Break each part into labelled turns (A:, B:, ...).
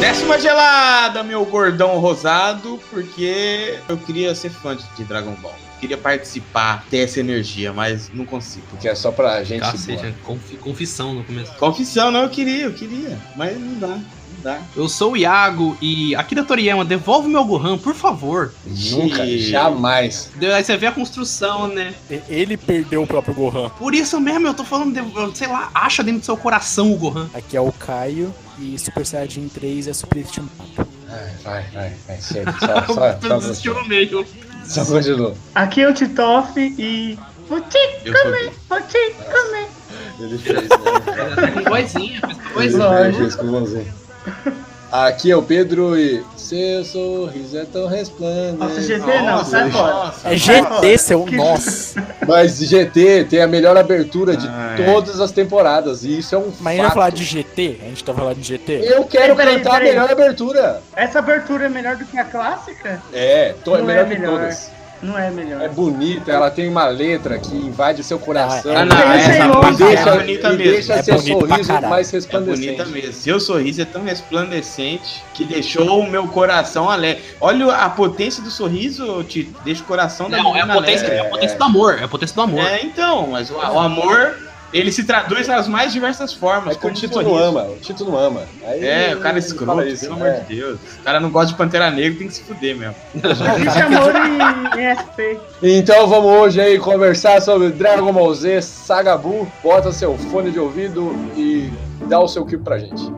A: Décima gelada, meu gordão rosado, porque eu queria ser fã de Dragon Ball. Queria participar, ter essa energia, mas não consigo.
B: Que é só pra gente. boa.
C: Cacete, conf- confissão no começo.
A: Confissão, não, eu queria, eu queria, mas não dá, não dá.
C: Eu sou o Iago e Akira Toriyama, devolve meu Gohan, por favor.
B: Nunca,
A: Ih.
B: jamais.
C: Daí Aí você vê a construção, né?
D: Ele perdeu o próprio Gohan.
C: Por isso mesmo eu tô falando, de- eu sei lá, acha dentro do seu coração o Gohan.
D: Aqui é o Caio e Super Saiyajin 3 é Super Estimado.
B: Ai, vai, vai, vai, chega. Só, só, só,
C: Desistiu
B: continua.
C: no meio.
B: só continua.
E: Aqui é o Titoff e. Puti,
A: Eu sou...
E: puti.
B: Ele fez, né?
C: Ela tá com vozinha, mas com
B: Ele
E: é,
C: vozinha.
B: fez,
E: né?
B: fez com você. Aqui é o Pedro e seu sorriso é tão resplande.
E: Nossa, GT não,
A: Nossa,
E: sai fora.
A: nossa.
D: É GT, seu nossa.
B: Mas GT tem a melhor abertura de
A: Ai.
B: todas as temporadas. E isso é um
D: Mas a gente vai
B: fato.
D: falar de GT? A gente tá falando de GT?
B: Eu quero
E: Peraí,
B: cantar
E: peraí.
B: a melhor abertura.
E: Essa abertura é melhor do que a clássica?
B: É, to, é
E: Não é
B: melhor que
E: melhor.
B: todas.
E: Não é melhor.
B: É bonita, ela tem uma letra que invade o seu coração.
A: Ah,
D: Ah,
A: não,
E: Eu sei
A: essa
E: lá,
A: parte
D: cara,
A: é
B: deixa,
A: bonita
B: e
A: mesmo.
B: deixa
D: É
B: seu
D: bonito pra
B: sorriso
D: caralho.
B: mais
A: É bonita
B: resplandecente.
A: mesmo. Seu sorriso é tão resplandecente que deixou o meu coração alegre. Olha a potência do sorriso, te deixa o coração da
C: Não, é a
A: menina
C: potência,
A: alegre.
C: é a potência do amor, é a potência do amor.
A: É, então, mas o, o amor, ele se traduz nas mais diversas formas.
B: É que o
A: como
B: Tito não
A: sorriso.
B: ama, o Tito não ama. Aí
A: É, o cara é
B: ele
A: escroto,
B: fala isso,
A: pelo
B: é.
A: amor de Deus. O cara não gosta de Pantera Negra, tem que se fuder mesmo.
E: Existe amor em, em SP.
B: Então vamos hoje aí conversar sobre Dragon Ball Z, Sagabu. Bota seu fone de ouvido e dá o seu kill pra gente.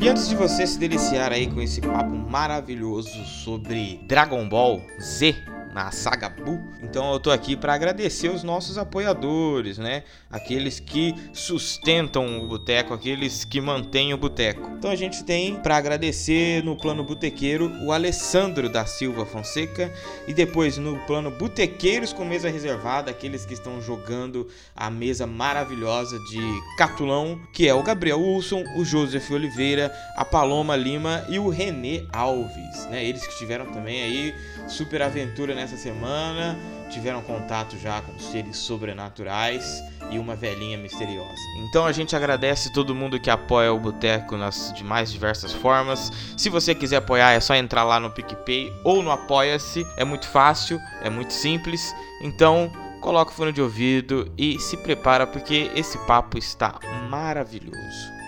F: E antes de você se deliciar aí com esse papo maravilhoso sobre Dragon Ball Z na saga Buu, então eu tô aqui para agradecer os nossos apoiadores, né? Aqueles que sustentam o boteco, aqueles que mantêm o boteco. Então a gente tem para agradecer no plano botequeiro o Alessandro da Silva Fonseca e depois no plano botequeiros com mesa reservada, aqueles que estão jogando a mesa maravilhosa de Catulão, que é o Gabriel Wilson, o Joseph Oliveira, a Paloma Lima e o Renê Alves, né? Eles que tiveram também aí super aventura nessa semana, tiveram contato já com seres sobrenaturais e uma velhinha misteriosa. Então a gente agradece todo mundo que apoia o Boteco nas demais diversas formas. Se você quiser apoiar, é só entrar lá no PicPay ou no Apoia-se. É muito fácil, é muito simples. Então, coloca o fone de ouvido e se prepara porque esse papo está maravilhoso.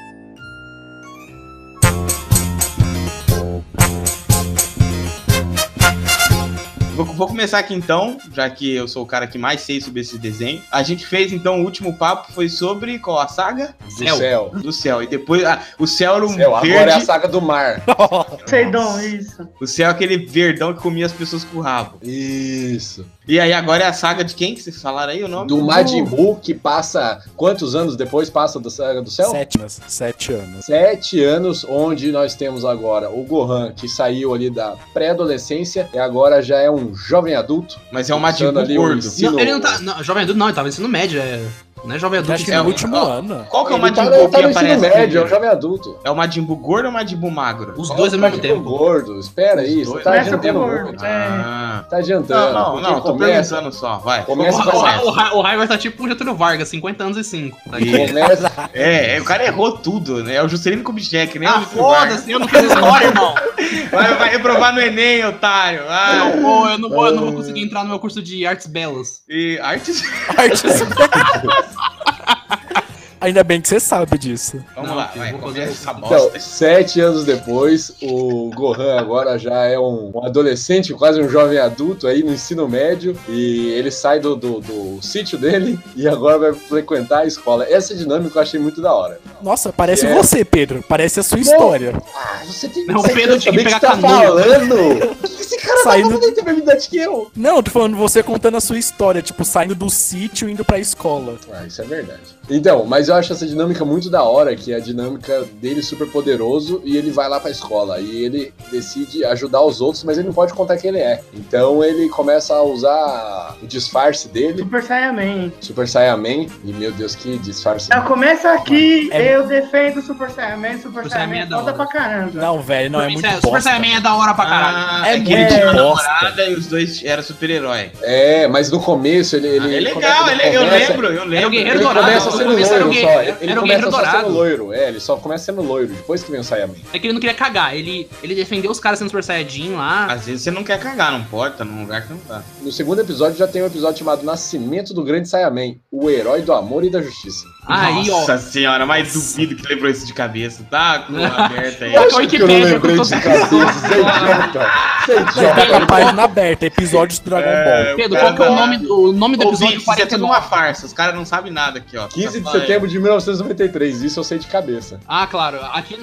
A: Vou, vou começar aqui então, já que eu sou o cara que mais sei sobre esse desenho. A gente fez então o último papo foi sobre qual a saga
B: Do
C: Céu.
B: céu.
A: do céu e depois ah, o céu era um
B: Céu,
A: verde.
B: Agora é a saga do mar.
D: Então.
E: Sei, Dom, isso.
A: O céu é aquele verdão que comia as pessoas com o rabo.
B: Isso.
A: E aí agora é a saga de quem que vocês falaram aí o nome?
B: Do Majin Buu que passa quantos anos depois passa da saga do céu?
D: Sete anos. Sete anos.
B: Sete anos, onde nós temos agora o Gohan, que saiu ali da pré-adolescência e agora já é um jovem adulto.
A: Mas é o Majin
B: Usando
A: Buu
B: ali o
A: gordo.
B: ensino-
C: Não, ele não tá. Não, jovem adulto não, ele tava no ensino médio, é. Não é jovem
D: Eu
C: adulto.
D: acho que
A: é
D: no
A: o-
D: último
A: ó.
D: ano.
A: Qual que é o
B: Ele
A: Majin
B: tá,
A: Buu
B: ele
A: que
B: tá no ensino
A: aparece?
B: médio, é um
A: primeiro?
B: jovem adulto.
A: É o Majin Buu gordo ou o Majin Buu magro?
C: Os dois ao mesmo tempo.
B: gordo, espera aí,
A: Os
B: você
A: dois.
B: tá
E: Começa
B: adiantando
E: com o gordo.
B: muito.
A: Ah.
B: Tá
A: Não,
B: adiantando.
A: não,
B: porque
A: não, tô
B: começa,
A: perguntando só, vai.
C: O,
B: começa,
C: o,
B: com
C: o,
B: essa.
C: Ra- o Rai vai estar tipo o Getúlio Vargas, 50 anos e 5.
B: começa,
A: É, é, o cara errou tudo, né? É o Juscelino Kubitschek, né?
C: Ah,
A: O Getúlio Vargas.
C: foda-se, eu não fiz história, irmão.
A: Vai, vai reprovar no Enem, otário. Ah,
C: Eu não vou, eu não vou, eu não vou conseguir entrar no meu curso de artes belas.
A: e artes.
D: Artes. Ainda bem que você sabe disso.
A: Vamos
C: Não,
A: lá,
C: filho,
A: vai,
C: vou
A: começa
C: fazer-
A: essa
B: então,
A: bosta.
B: sete anos depois, o Gohan agora já é um, um adolescente, quase um jovem adulto aí no ensino médio, e ele sai do, do, do sítio dele e agora vai frequentar a escola. Essa dinâmica eu achei muito da hora.
D: Nossa, parece
B: É.
D: você, Pedro. Parece a sua história.
B: Ah, você tem
C: Não, o Pedro tinha que
B: saber
C: pegar
B: o que você tá
C: canoa.
B: falando. O que você
A: Esse cara
D: Saindo-
A: tá muito mais habilidade que eu.
D: Não, eu tô falando você contando a sua história, tipo, saindo do sítio e indo pra escola.
B: Ah, isso é verdade. Então, mas eu acho essa dinâmica muito da hora, que é a dinâmica dele super poderoso e ele vai lá pra escola e ele decide ajudar os outros, mas ele não pode contar quem ele é. Então ele começa a usar o disfarce dele,
E: Super Saiyaman.
B: Super Saiyaman, e meu Deus, que disfarce.
E: Então começa aqui,
D: É-
E: eu defendo o Super Saiyaman, Super,
C: Super
E: Saiyaman,
C: Saiyaman é da
E: foda
C: hora.
E: pra caramba.
D: Não, velho, não, é muito
C: Sério, Super
D: bosta.
C: Saiyaman é da hora pra caralho.
A: Ah,
D: É
A: é que ele
D: muito
A: tinha uma
D: bosta.
A: namorada e os dois eram super-herói.
B: É, mas no começo ele. ele
A: Ah, é
B: ele
A: legal,
B: come-
A: ele,
B: ele
A: eu
B: começa-
A: lembro, eu lembro.
C: Era o Guerreiro
B: Ele
C: Dourado,
B: começa
C: no
B: sendo
C: começo
B: loiro
C: era o
B: só.
C: Guerreiro-
B: Ele
A: um
C: era o
B: começa
C: Guerreiro
B: só sendo
C: Dourado.
B: loiro. É, ele só começa sendo loiro, depois que vem o Saiyaman.
C: É que ele não queria cagar. Ele, ele defendeu os caras sendo Super Saiyajin lá.
A: Às vezes você não quer cagar, não pode, tá num lugar que não dá.
B: No segundo episódio já tem um episódio chamado Nascimento do Grande Saiyaman, o herói do amor e da justiça.
C: Aí, ó.
A: Nossa senhora, mas duvido que lembrou isso de cabeça, tá? Com a aberta aí.
C: Eu acho
B: Acho
C: que
B: que eu não
C: pega,
B: lembrei
C: eu tô-
B: de cabeça, você é idiota. Você é
D: Não, tá com a
B: idiota.
D: página aberta, episódios do Dragon Ball.
C: Pedro, qual
A: o cara
C: que é o
A: tá-
C: nome, do- o nome do
A: Ô,
C: episódio
A: Vinícius, isso é tudo
C: 49?
A: uma farsa, os caras não sabem nada aqui, ó.
B: 15 de
A: Tá falando.
B: setembro de 1993, isso eu sei de cabeça.
C: Ah, claro. Aqui.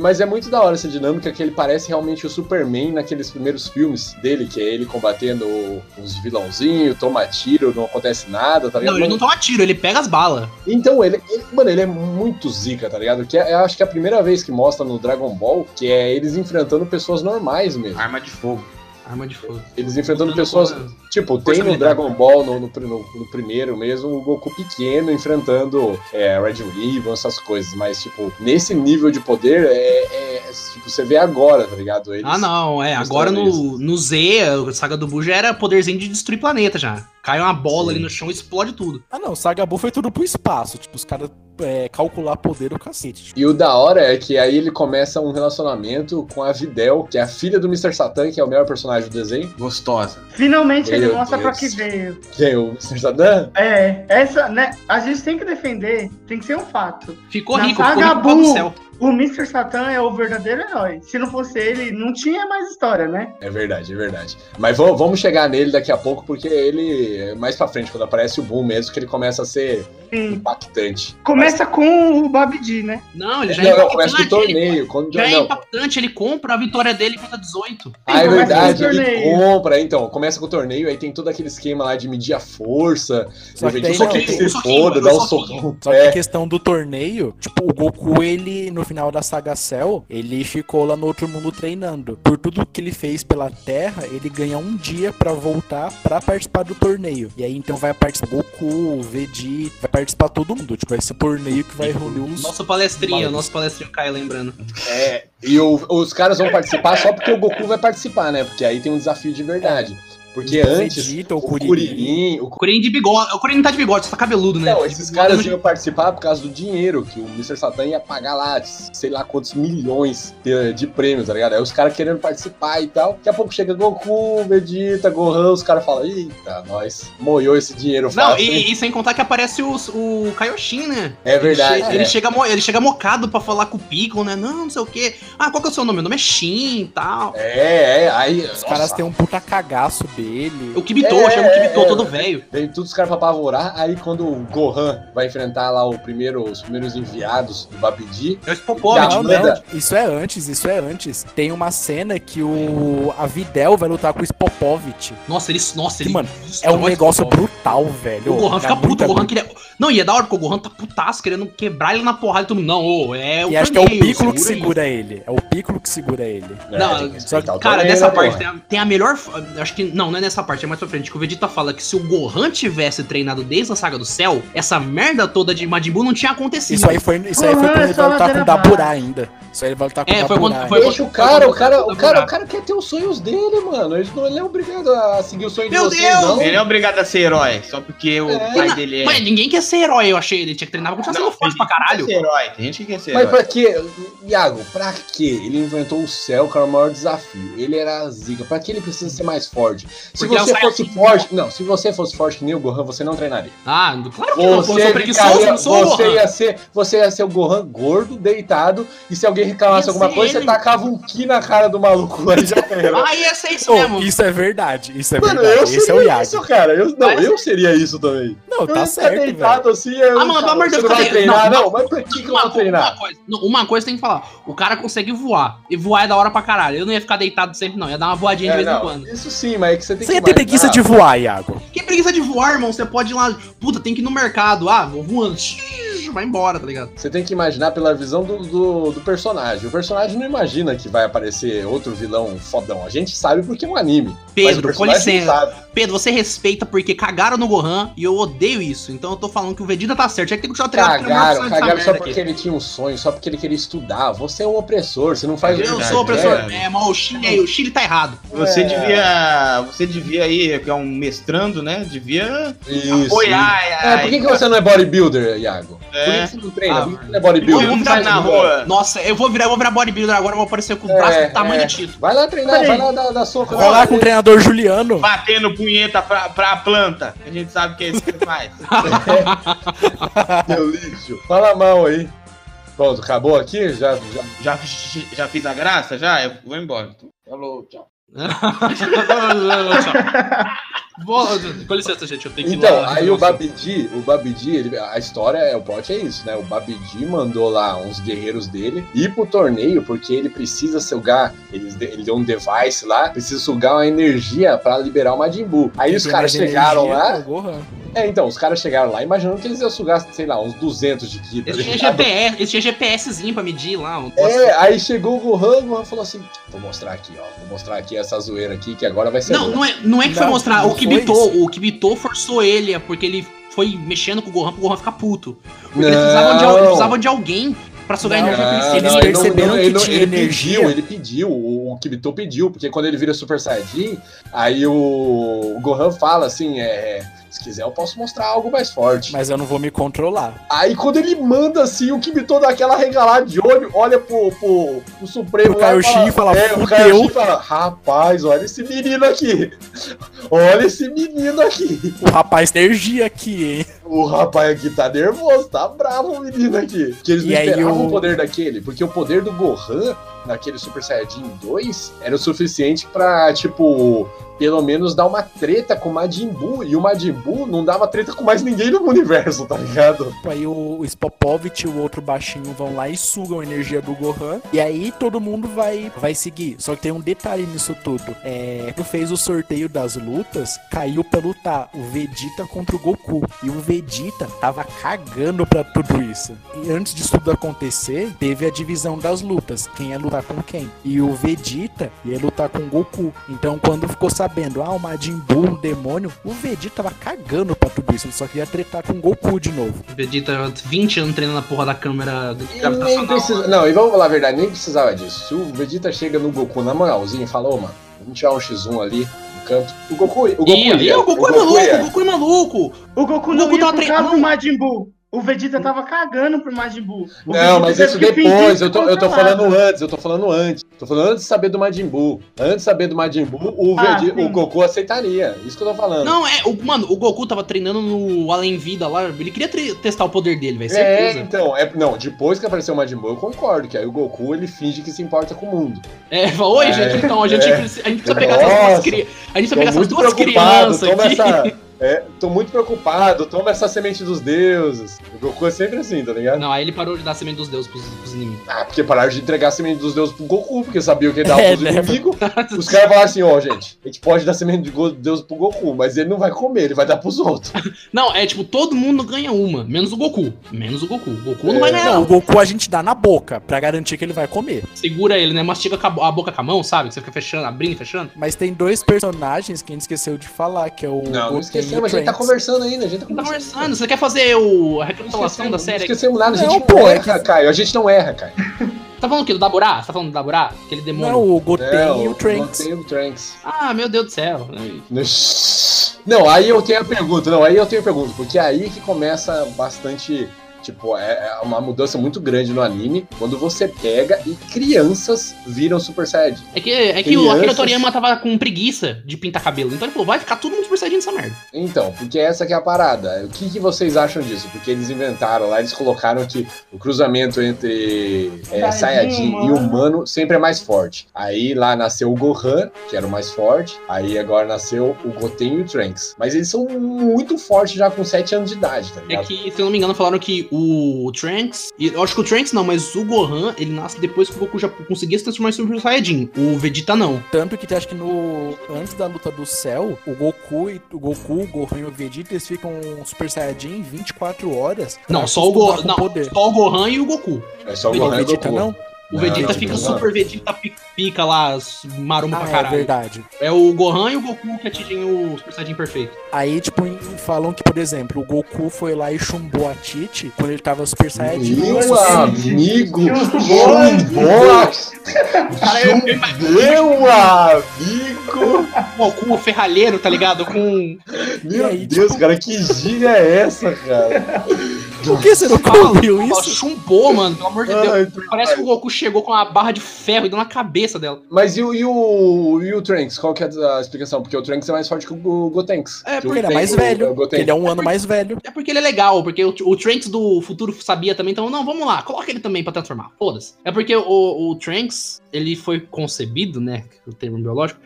B: Mas é muito da hora essa dinâmica que ele parece realmente o Superman naqueles primeiros filmes dele, que é ele combatendo o- os vilãozinhos, toma tiro, não acontece nada, tá ligado?
C: Não, ele não toma tiro, ele pega as balas.
B: Então, ele, ele- mano, ele é muito zica, tá ligado? Que é- eu acho que é a primeira vez que mostra no Dragon Ball que é eles enfrentando pessoas normais mesmo.
A: Arma de fogo.
C: Arma de fogo.
B: Eles enfrentando pessoas. Tipo, tem no Dragon Ball, no, no, pri- no- no primeiro mesmo, o Goku pequeno enfrentando é, Red Ribbon, essas coisas. Mas, tipo, nesse nível de poder, é, é- tipo, você vê agora, tá ligado? Eles-
C: Ah, não, é. Agora no, no Z, a saga do Buu já era poderzinho de destruir planeta já. Cai uma bola ali no chão e explode tudo.
D: Ah, não, Saga Buu foi tudo pro espaço. Tipo, os caras é, calcular poder o cacete. tipo,
B: E o da hora é que aí ele começa um relacionamento com a Videl, que é a filha do Mr. Satan, que é o melhor personagem do desenho.
A: Gostosa.
E: Finalmente ele
B: Meu
E: mostra pra
B: Deus.
E: que veio.
B: Que é o Mr. Satan?
E: É, essa, né? A gente tem que defender, tem que ser um fato.
C: Ficou
E: Na
C: rico,
E: saga
C: ficou rico do
E: Buu.
C: céu.
E: O Mr. Satan é o verdadeiro herói. Se não fosse ele, não tinha mais história, né?
B: É verdade, é verdade. Mas vamos, vamos chegar nele daqui a pouco, porque ele, mais pra frente, quando aparece o Boom mesmo, que ele começa a ser
E: Sim.
B: impactante.
E: Começa com o Babidi, né?
C: Não, ele já
B: não,
C: é
B: não, começa com o
C: impactante. ele-
B: torneio. Quando,
C: Já é
B: não,
C: impactante, ele compra a vitória dele contra 18.
B: Ah, é
E: Começa
B: verdade,
E: com o
B: ele
E: torneio.
B: compra, então, começa com o torneio, aí tem todo aquele esquema lá de medir a força,
D: Só que, daí,
B: só
D: não,
B: que
D: tem-
B: se
C: soquinho,
B: foda,
C: um
B: dá um
C: soquinho.
B: socão.
D: Só que
B: É,
D: a questão do torneio, tipo, o Goku, ele, no final da saga Cell, ele ficou lá no outro mundo treinando. Por tudo que ele fez pela Terra, ele ganha um dia pra voltar pra participar do torneio. E aí, então, vai participar Goku, Vegeta, vai participar todo mundo. Tipo, esse torneio que vai reunir os...
C: Nosso palestrinha,
D: Maluco.
C: nosso palestrinho cai lembrando.
B: é, e o- os caras vão participar só porque o Goku vai participar, né? Porque aí tem um desafio de verdade. Porque
D: o
B: antes,
D: Vegeta,
B: o
D: o Kuririn...
B: Kuririn, o
C: O Corinho de bigode. O Corinho não tá de bigode, só tá cabeludo, né?
B: Não, esses caras iam participar por causa do dinheiro, que o Mr. Satan ia pagar lá, sei lá quantos milhões de, de prêmios, tá ligado? Aí os caras querendo participar e tal. Daqui a pouco chega Goku, Vegeta, Gohan, os caras falam, eita, nós moiou esse dinheiro
C: Não,
B: fácil. hein?"
C: e, e sem contar que aparece os- o Kaioshin, né?
B: é verdade.
C: Ele,
B: né?
C: chega, mo- ele chega mocado pra falar com o Piccolo, né? Não, não sei o quê. Ah, qual que é o seu nome? Meu nome é Shin e tal.
B: É, é, aí.
D: Os caras
B: nossa,
D: têm um puta cagaço dele.
C: O Kibito,
B: É,
C: chama o Kibito,
B: é, é.
C: todo
D: um
C: velho.
B: Vem todos os caras pra apavorar, aí quando o Gohan vai enfrentar lá o primeiro, os primeiros enviados do Babidi,
C: É o
B: Dá
C: Spopovich.
B: uma-
D: Não,
B: manda.
D: não, isso é antes, isso é antes. Tem uma cena que o a Videl vai lutar com o Spopovich.
C: Nossa, ele. Nossa,
D: Que,
C: ele.
D: mano, É
C: destrói
D: um negócio
C: Spopovich.
D: brutal, velho.
C: O Gohan
D: É
C: fica puto,
D: muita
C: o Gohan queria. Não, e é da hora porque o Gohan tá putaço querendo quebrar ele na porrada e todo mundo. Não, ô, é o
D: E acho que é o
C: torneio,
D: Piccolo que
C: segura aí.
D: segura ele. É o Piccolo que segura ele.
B: né,
C: Não,
B: tem que
C: só
B: respeitar o
C: Cara,
B: torneio,
C: nessa
B: né,
C: parte
B: porra?
C: tem a, tem a melhor. Acho que. Não, não é nessa parte, é mais pra frente. Que o Vegeta fala que se o Gohan tivesse treinado desde a saga do céu, essa merda toda de Majin Buu não tinha acontecido.
D: Isso aí foi, isso aí foi
E: Gohan
D: quando
E: é
D: ele
E: só
D: vai lutar com o
E: ladeira
D: Daburá
E: abaixo.
D: ainda. Isso aí ele vai lutar com
C: É,
D: o
C: foi
D: Daburá.
C: quando- foi
D: ainda.
B: Deixa o cara, o cara, o cara, o cara quer ter os sonhos dele, mano. Ele não ele não é obrigado a seguir o sonho
C: Meu
B: de vocês,
C: Deus!
B: não.
A: Ele é obrigado a ser herói, só porque o
B: É.
A: pai dele é.
C: Mas ninguém quer ser herói, eu achei. Ele tinha que treinar pra continuar sendo forte pra caralho.
A: Tem gente que quer ser é herói, tem gente que quer ser
C: um
B: Mas
A: herói.
B: pra quê? Iago, pra quê? Ele inventou o céu, que era o maior desafio. Ele era a zica. Pra que ele precisa ser mais forte? Se
C: Porque é
B: você
C: o
B: fosse
C: Saiyajin.
B: forte. Não, se você fosse forte que nem o Gohan, você não treinaria.
C: Ah, claro que não, pô, eu
B: Você
C: sou preguiçoso, eu
B: ficaria,
C: não sou o
B: você
C: Gohan.
B: ia ser. Você ia ser o Gohan gordo, deitado, e se alguém reclamasse
C: Ia
B: alguma
C: ser
B: coisa,
C: ele.
B: você tacava um ki na cara do maluco lá e já era.
C: Ah, ia ser isso
D: Ô,
C: mesmo.
D: isso é verdade, isso é
B: Mano,
D: verdade.
B: eu
D: Esse é o
B: seria
D: Iago.
B: isso, cara. Eu, não,
C: Mas-
B: eu seria isso também.
D: Não,
B: Eu
D: tá
B: ia
D: certo,
B: deitado chato assim. eu-
C: Ah, mano, pelo amor de
B: você
C: Deus,
B: não vai
C: cadê?
B: treinar,
C: Não,
B: não? Mas pra que, que eu
C: Uma,
B: vou
C: co- uma
B: treinar?
C: coisa, não, uma coisa tem que falar. O cara consegue voar. E voar é da hora pra caralho. Eu não ia ficar deitado sempre, não. Ia dar uma voadinha
B: É,
C: de vez
B: não,
C: em quando.
B: Isso sim, mas é que você tem
D: Você
B: que.
D: ia ter
B: marcar.
D: preguiça de voar, Iago.
C: Que preguiça de voar, irmão. Você pode ir lá. Puta, tem que ir no mercado. Ah, vou voando. Vai embora, tá ligado?
B: Você tem que imaginar pela visão do, do, do personagem. O personagem não imagina que vai aparecer outro vilão fodão. A gente sabe porque é um anime. mas o
C: Pedro, com
B: personagem tá.
C: licença.
B: não sabe.
C: Pedro, você respeita porque cagaram no Gohan e eu odeio isso. Então eu tô falando que o Vegeta tá certo. Já que tem que continuar treinando, porque não é
B: Cagaram,
C: opção dessa
B: cagaram só
C: merda
B: porque
C: aqui.
B: ele tinha um sonho, só porque ele queria estudar. Você é um opressor, você não faz
C: Eu
A: Verdade,
C: sou o professor.
A: verdade.
C: É, mas o Chile, é, o Chile tá errado.
A: Você
B: É.
A: devia. Você devia aí, que é um mestrando, né? Devia
B: Isso.
A: apoiar.
B: É, por que, que você não é bodybuilder, Iago? Por que
A: É.
B: que você não treina?
C: Ah,
B: por que que você não é bodybuilder?
A: Vamos
B: Por que você
A: andar na
B: não faz
A: rua.
C: Nossa, eu vou virar, eu vou virar bodybuilder agora, eu vou aparecer com o
B: É,
C: braço do tamanho
B: é.
C: de Tito.
B: Vai lá treinar,
E: Peraí.
B: vai lá dar, dar soco.
D: Vai
C: um
D: lá com o treinador Juliano.
A: Batendo punheta pra, pra planta. A gente sabe que é isso que você faz.
B: Meu lixo. Fala mal aí. Pronto, acabou aqui? Já, já...
A: já, já fiz a graça? Já? Eu vou embora. Falou, tchau.
C: Vou- com licença, gente, eu tenho que ir
B: Então,
C: lá. né,
B: aí o Babidi, o Babidi, ele- a história, é- o plot é isso, né? O Babidi mandou lá uns guerreiros dele ir pro torneio, porque ele precisa sugar, ele, de- ele deu um device lá, precisa sugar uma energia pra liberar o Majin Buu. Aí os
D: Tem
B: caras
D: mais
B: chegaram
D: energia, né?
B: lá,
D: pô, Gohan.
B: é, então, os caras chegaram lá imaginando que eles iam sugar, sei lá, uns 200 de ki. tá
C: Eles tinham
B: ligado?
C: GPS, eles tinham GPSzinho pra medir lá. um-
B: É, aí chegou o Gohan, o Gohan falou assim, vou mostrar aqui, ó, vou mostrar aqui essa zoeira aqui, que agora vai ser...
C: Não,
B: boa."
C: não é, não é que foi
D: Não,
C: mostrar.
D: não
C: O
D: foi
C: Kibito, o Kibito forçou ele, é porque ele foi mexendo com o Gohan pro Gohan ficar puto. Porque eles,
B: Não.
C: precisavam de, al- eles precisavam de alguém pra sugar
B: Ah,
D: Não,
C: energia pra eles.
D: não,
C: eles
D: não,
C: per-
D: perceberam que tinha
B: ele
D: energia.
B: Pediu, ele pediu, o, o Kibito pediu, porque quando ele vira Super Saiyajin, aí o, o Gohan fala assim, é, se quiser eu posso mostrar algo mais forte.
D: Mas eu não vou me controlar.
B: Aí quando ele manda assim, o Kibito dá aquela regalada de olho, olha pro, pro, pro Supremo
D: Pro
B: lá
D: Kaioshin e fala,
B: é, o Kaioshin fala, rapaz, olha esse menino aqui, olha esse menino aqui.
D: O rapaz tem energia aqui, hein?
B: O rapaz aqui tá nervoso, tá bravo o menino aqui. Que eles
D: E
B: não
D: aí
B: esperavam
D: o-
B: o poder daquele, porque o poder do Gohan naquele Super Saiyajin 2 era o suficiente pra, tipo, pelo menos dar uma treta com o Majin Buu. E o Majin Buu não dava treta com mais ninguém no universo, tá ligado?
D: Aí o, o Spopovich e o outro baixinho vão lá e sugam a energia do Gohan. E aí todo mundo vai, vai seguir. Só que tem um detalhe nisso tudo. É, quando fez o sorteio das lutas, caiu pra lutar o Vegeta contra o Goku. E o Vegeta tava cagando pra tudo isso. E antes disso tudo acontecer, teve a divisão das lutas. Quem ia lutar com quem. E o Vegeta ia lutar com o Goku. Então quando ficou sabendo, ah, o Majin Buu, o demônio, o Vegeta tava cagando pra tudo isso. Ele só queria tretar com o Goku de novo.
C: Vegeta, 20 anos treinando a porra da câmera
B: Nem
C: gravitacional.
B: precisa... Não, e vamos falar a verdade, nem precisava disso. Se o Vegeta chega no Goku na moralzinha e fala, ô mano, vamos tirar um X1 ali no canto. O Goku, o Goku
C: Ih,
B: ia,
C: o Goku é maluco, o
B: ia.
C: Goku é maluco.
E: O Goku
C: O
E: não
C: Goku
E: ia
C: tava
E: por
C: tre-
E: causa
C: não.
E: do Majin Buu. O Vegeta tava cagando pro Majin Buu. O
B: Não,
E: Vegeta
B: mas
C: é
B: isso
E: teve que fingir
B: depois, eu
E: que
B: tô, eu
C: tá
B: tô
E: controlava.
B: falando antes, eu tô falando antes. Tô falando antes de saber do Majin Buu. Antes de saber do Majin Buu, o,
E: Ah,
B: Vegeta-
E: sim.
B: o Goku aceitaria. Isso que eu tô falando.
C: Não, é, o, mano, o Goku tava treinando no Além Vida lá. Ele queria tre- testar o poder dele, velho.
B: é,
C: Certeza.
B: então, é, não, depois que apareceu o Majin Buu, eu concordo, que aí o Goku ele finge que se importa com o mundo.
C: É, fala, oi,
B: É,
C: gente, então, a gente,
B: é.
C: precisa, a gente precisa pegar essas duas
B: Nossa,
C: crianças. A gente precisa
B: Tô
C: pegar essas
B: muito
C: duas
B: preocupado,
C: crianças
B: toma
C: aqui.
B: essa. É, tô muito preocupado, toma essa semente dos deuses. O Goku é sempre assim, tá ligado?
C: Não, aí ele parou de dar semente dos deuses pros, pros inimigos.
B: Ah, porque pararam de entregar a semente dos deuses pro Goku, porque sabiam que ele dava
D: É,
B: pros
D: né?
B: inimigos. Os caras falaram assim, ó, gente, a gente pode dar semente de go- Deus pro Goku, mas ele não vai comer, ele vai dar pros outros.
C: Não, é tipo, todo mundo ganha uma, menos o Goku. Menos o Goku. O Goku não
B: É,
C: vai ganhar.
D: Não, o
C: Não.
D: Goku a gente dá na boca pra garantir que ele vai comer.
C: Segura ele, né? Mastiga com a bo- a boca com a mão, sabe? Que você fica fechando, abrindo e fechando.
D: Mas tem dois personagens que a gente esqueceu de falar, que é o
B: Não, não
D: Goten e
B: esquecemos,
D: o
B: a gente tá
D: Trunks.
B: conversando ainda, a gente tá
C: Não tá
B: conversando.
C: conversando, você quer fazer o, a
B: Não
C: recapitulação da
B: esquecemos, não
C: série?
B: esquecemos nada, a gente
D: Não,
B: não,
D: pô, é
B: erra, Caio. A gente não erra, Caio.
C: Tá falando o quê? Do Daburá? Você tá falando do Daburá? Aquele demônio.
D: Não, o Goten
B: Não,
D: e o Trunks.
B: Goten e É, o Trunks.
C: Ah, meu Deus do céu.
B: Não, aí eu tenho a pergunta, não, aí eu tenho a pergunta, porque é aí que começa bastante Tipo, é é uma mudança muito grande no anime quando você pega e crianças viram Super Saiyajin.
C: É que, é que o
B: Crianças.
C: Akira Toriyama tava com preguiça de pintar cabelo. Então ele falou, vai ficar todo mundo Super Saiyajin nessa merda.
B: Então, porque essa que é a parada. O que, que vocês acham disso? Porque eles inventaram lá, eles colocaram que o cruzamento entre é,
E: Saiyajin
B: Saiyajin
E: humano.
B: e humano sempre é mais forte. Aí lá nasceu o Gohan, que era o mais forte. Aí agora nasceu o Goten e o Trunks. Mas eles são muito fortes já com 7 anos de idade, tá
C: É
B: ligado?
C: que, se eu não me engano, falaram que o Trunks. e Eu acho que o Trunks não, mas o Gohan, ele nasce depois que o Goku já conseguia se transformar em Super Saiyajin. O Vegeta não.
D: Tanto que acho que no antes da luta do céu, o Goku e o Goku, o Gohan e o Vegeta eles ficam Super Saiyajin 24 horas. pra
C: Não, só o Go-
D: acostumar com
C: não.
D: poder.
C: Só o Gohan e o Goku.
B: É só o
D: Não, o
B: Gohan e o
D: Vegeta
B: Goku.
D: não.
C: O
B: Não,
C: Vegeta
B: não,
C: fica
B: não.
C: super Vegeta, pica, pica lá, maromba
D: Ah,
C: pra
D: é
C: caralho.
D: verdade.
C: É o Gohan e o Goku que atingem o Super Saiyajin perfeito.
D: Aí, tipo, em- falam que, por exemplo, o Goku foi lá e chumbou a Titi quando ele tava Super Saiyajin.
B: Meu
D: Nossa,
B: amigo,
E: Boa.
B: meu amigo,
C: O Goku, o ferralheiro, tá ligado? Com.
D: E aí,
B: meu Deus, cara, que giga é essa, cara?
D: Por que você não
C: Ela
D: cobriu isso?
C: chumbou, mano, pelo amor de Deus.
B: Ai,
C: Parece que o Goku chegou com uma barra de ferro e deu na cabeça dela.
B: Mas e o, e o, e o Trunks? Qual que é a explicação? Porque o Trunks é mais forte que o Go- Gotenks.
C: É,
B: Que o
D: Porque ele é
B: Ten-
D: mais
B: o-
D: velho.
B: o Goten-
D: Ele é um ano mais velho.
C: É porque ele é legal, porque o, o Trunks do futuro sabia também, então, não, vamos lá, coloca ele também pra transformar. Foda-se. É porque o, o Trunks, ele foi concebido, né? O termo biológico.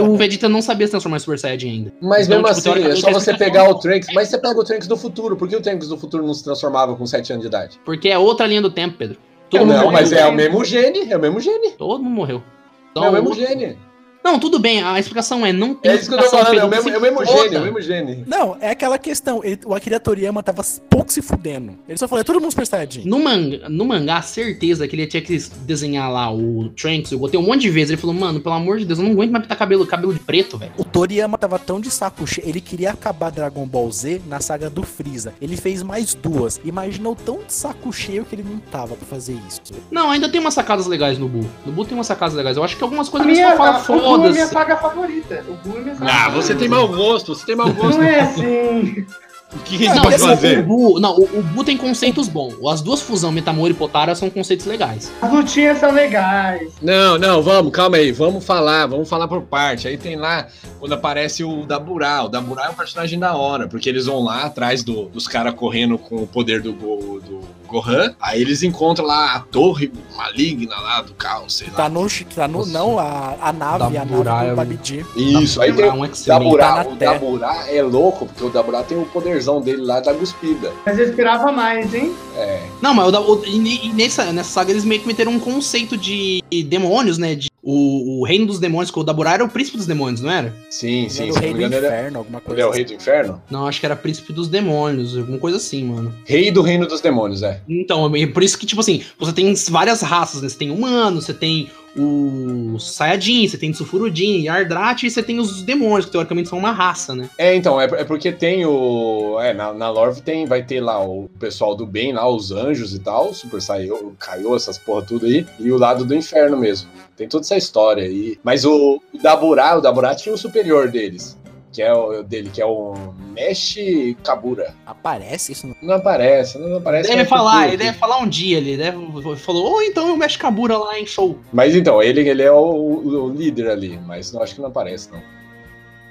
C: O, o Vegeta não sabia se transformar em Super Saiyajin ainda.
B: Mas
C: Então, tipo,
B: mesmo assim, é
C: teoricamente,
B: só
C: a
B: você
C: explicação-
B: pegar o Trunks. Mas você pega o Trunks do futuro. Por que o Trunks do futuro não se transformava com 7 anos de idade?
C: Porque é outra linha do tempo, Pedro. Todo mundo
B: Não,
C: morreu.
B: mas é o mesmo gene. É o mesmo gene.
C: Todo mundo morreu. Então,
B: É o mesmo gene.
C: Não, tudo bem, a explicação é, não tem
B: É isso que eu tô
C: explicação,
B: falando. É o
C: Pedro,
B: mesmo, é o
C: se
B: mesmo
C: foda.
B: gene. É o mesmo gene.
D: Não, é aquela questão. ele- o Akira Toriyama tava pouco se fudendo. Ele só falou, é todo mundo Super Saiyajin.
C: No mangá, no mangá, certeza que ele tinha que desenhar lá o Trunks, eu botei um monte de vezes. Ele falou, mano, pelo amor de Deus, eu não aguento mais pintar cabelo, cabelo de preto, velho.
D: O Toriyama tava tão de saco cheio, ele queria acabar Dragon Ball Z na saga do Freeza. Ele fez mais duas. Imagina o tão de saco cheio que ele não tava pra fazer isso.
C: Não, ainda tem umas sacadas legais no Buu. No Buu tem umas sacadas legais. Eu acho que algumas coisas eles
E: Minha,
C: só falam,
E: o Buu é minha
C: foda-se.
E: saga favorita. O Buu é minha saga
G: Ah,
E: favorita.
G: você tem mau gosto, você tem mau gosto.
E: Não é assim.
G: O que a gente
C: Não,
G: pode
C: esse- o
G: fazer?
C: Buu, não, o, o Buu tem conceitos bons. As duas fusão, Metamoro e Potara, são conceitos legais.
E: As lutinhas são legais.
G: Não, não, vamos, calma aí, vamos falar, vamos falar por parte. Aí tem lá, quando aparece o Daburá, o Daburá é um personagem da hora, porque eles vão lá atrás do- dos caras correndo com o poder do, Go- do Gohan, aí eles encontram lá a torre maligna lá do caos, sei lá.
D: Tá no. Tá no
G: Nossa.
D: não, a, a nave,
C: Da
D: a nave
C: muralha.
D: do Babidi.
B: Isso. Aí tem
C: Daburá
B: o
C: é um excelente.
B: Daburá.
D: tá na
B: O
D: terra.
B: Daburá é louco, porque o Daburá tem o poderzão dele lá da cuspida.
E: Mas eu esperava mais, hein?
B: É.
C: Não, mas o, da- o- e, ne- e nessa, nessa saga eles meio que meteram um conceito de demônios, né? De, o, o reino dos demônios, que o Daburá era o príncipe dos demônios, não era?
B: Sim,
D: Ele
B: sim.
D: era
B: Se
D: o
B: não me
D: rei né, do
B: engano, ele é-
D: inferno, alguma
B: ele
D: coisa
B: é o
D: assim.
B: rei do inferno?
C: Não, acho que era príncipe dos demônios, alguma coisa assim, mano.
B: Rei do reino dos demônios, é.
C: Então, é por isso que, tipo assim, você tem várias raças, né? Você tem humano, você tem o Sayajin, você tem o Sulfurudin, Yardrat, e você tem os demônios, que teoricamente são uma raça, né?
B: É, então, é, é porque tem o. É, na, na Lorve tem, vai ter lá o pessoal do bem, lá, os anjos e tal, Super Saiyo, Kaiô, essas porra tudo aí, e o lado do inferno mesmo. Tem toda essa história aí. Mas o, o Daburá, o Daburá tinha o superior deles. Que é o dele, que é o Mesh Kabura.
D: assim. Aparece isso no
B: Não aparece, não aparece.
C: Deve
B: mas
C: falar,
B: futuro.
C: ele deve falar um dia, ele deve, falou, ou então eu mexo Kabura lá em show.
B: Mas então, ele, ele é o, o- o líder ali, mas não acho que não aparece, não.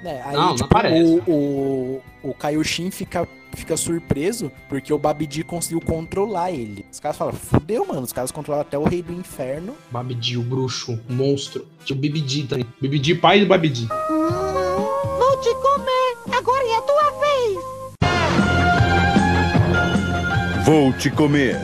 D: né, aí,
C: Não, não
D: tipo,
C: aparece.
D: O, o, o Kaioshin fica, fica surpreso porque o Babidi conseguiu controlar ele. Os caras falam, fudeu, mano. Os caras controlam até o rei do inferno.
C: Babidi, o bruxo, o monstro. Tinha o Bibidi também. Bibidi, pai do Babidi.
H: Vou te comer! Agora é a tua vez!
I: Vou te comer.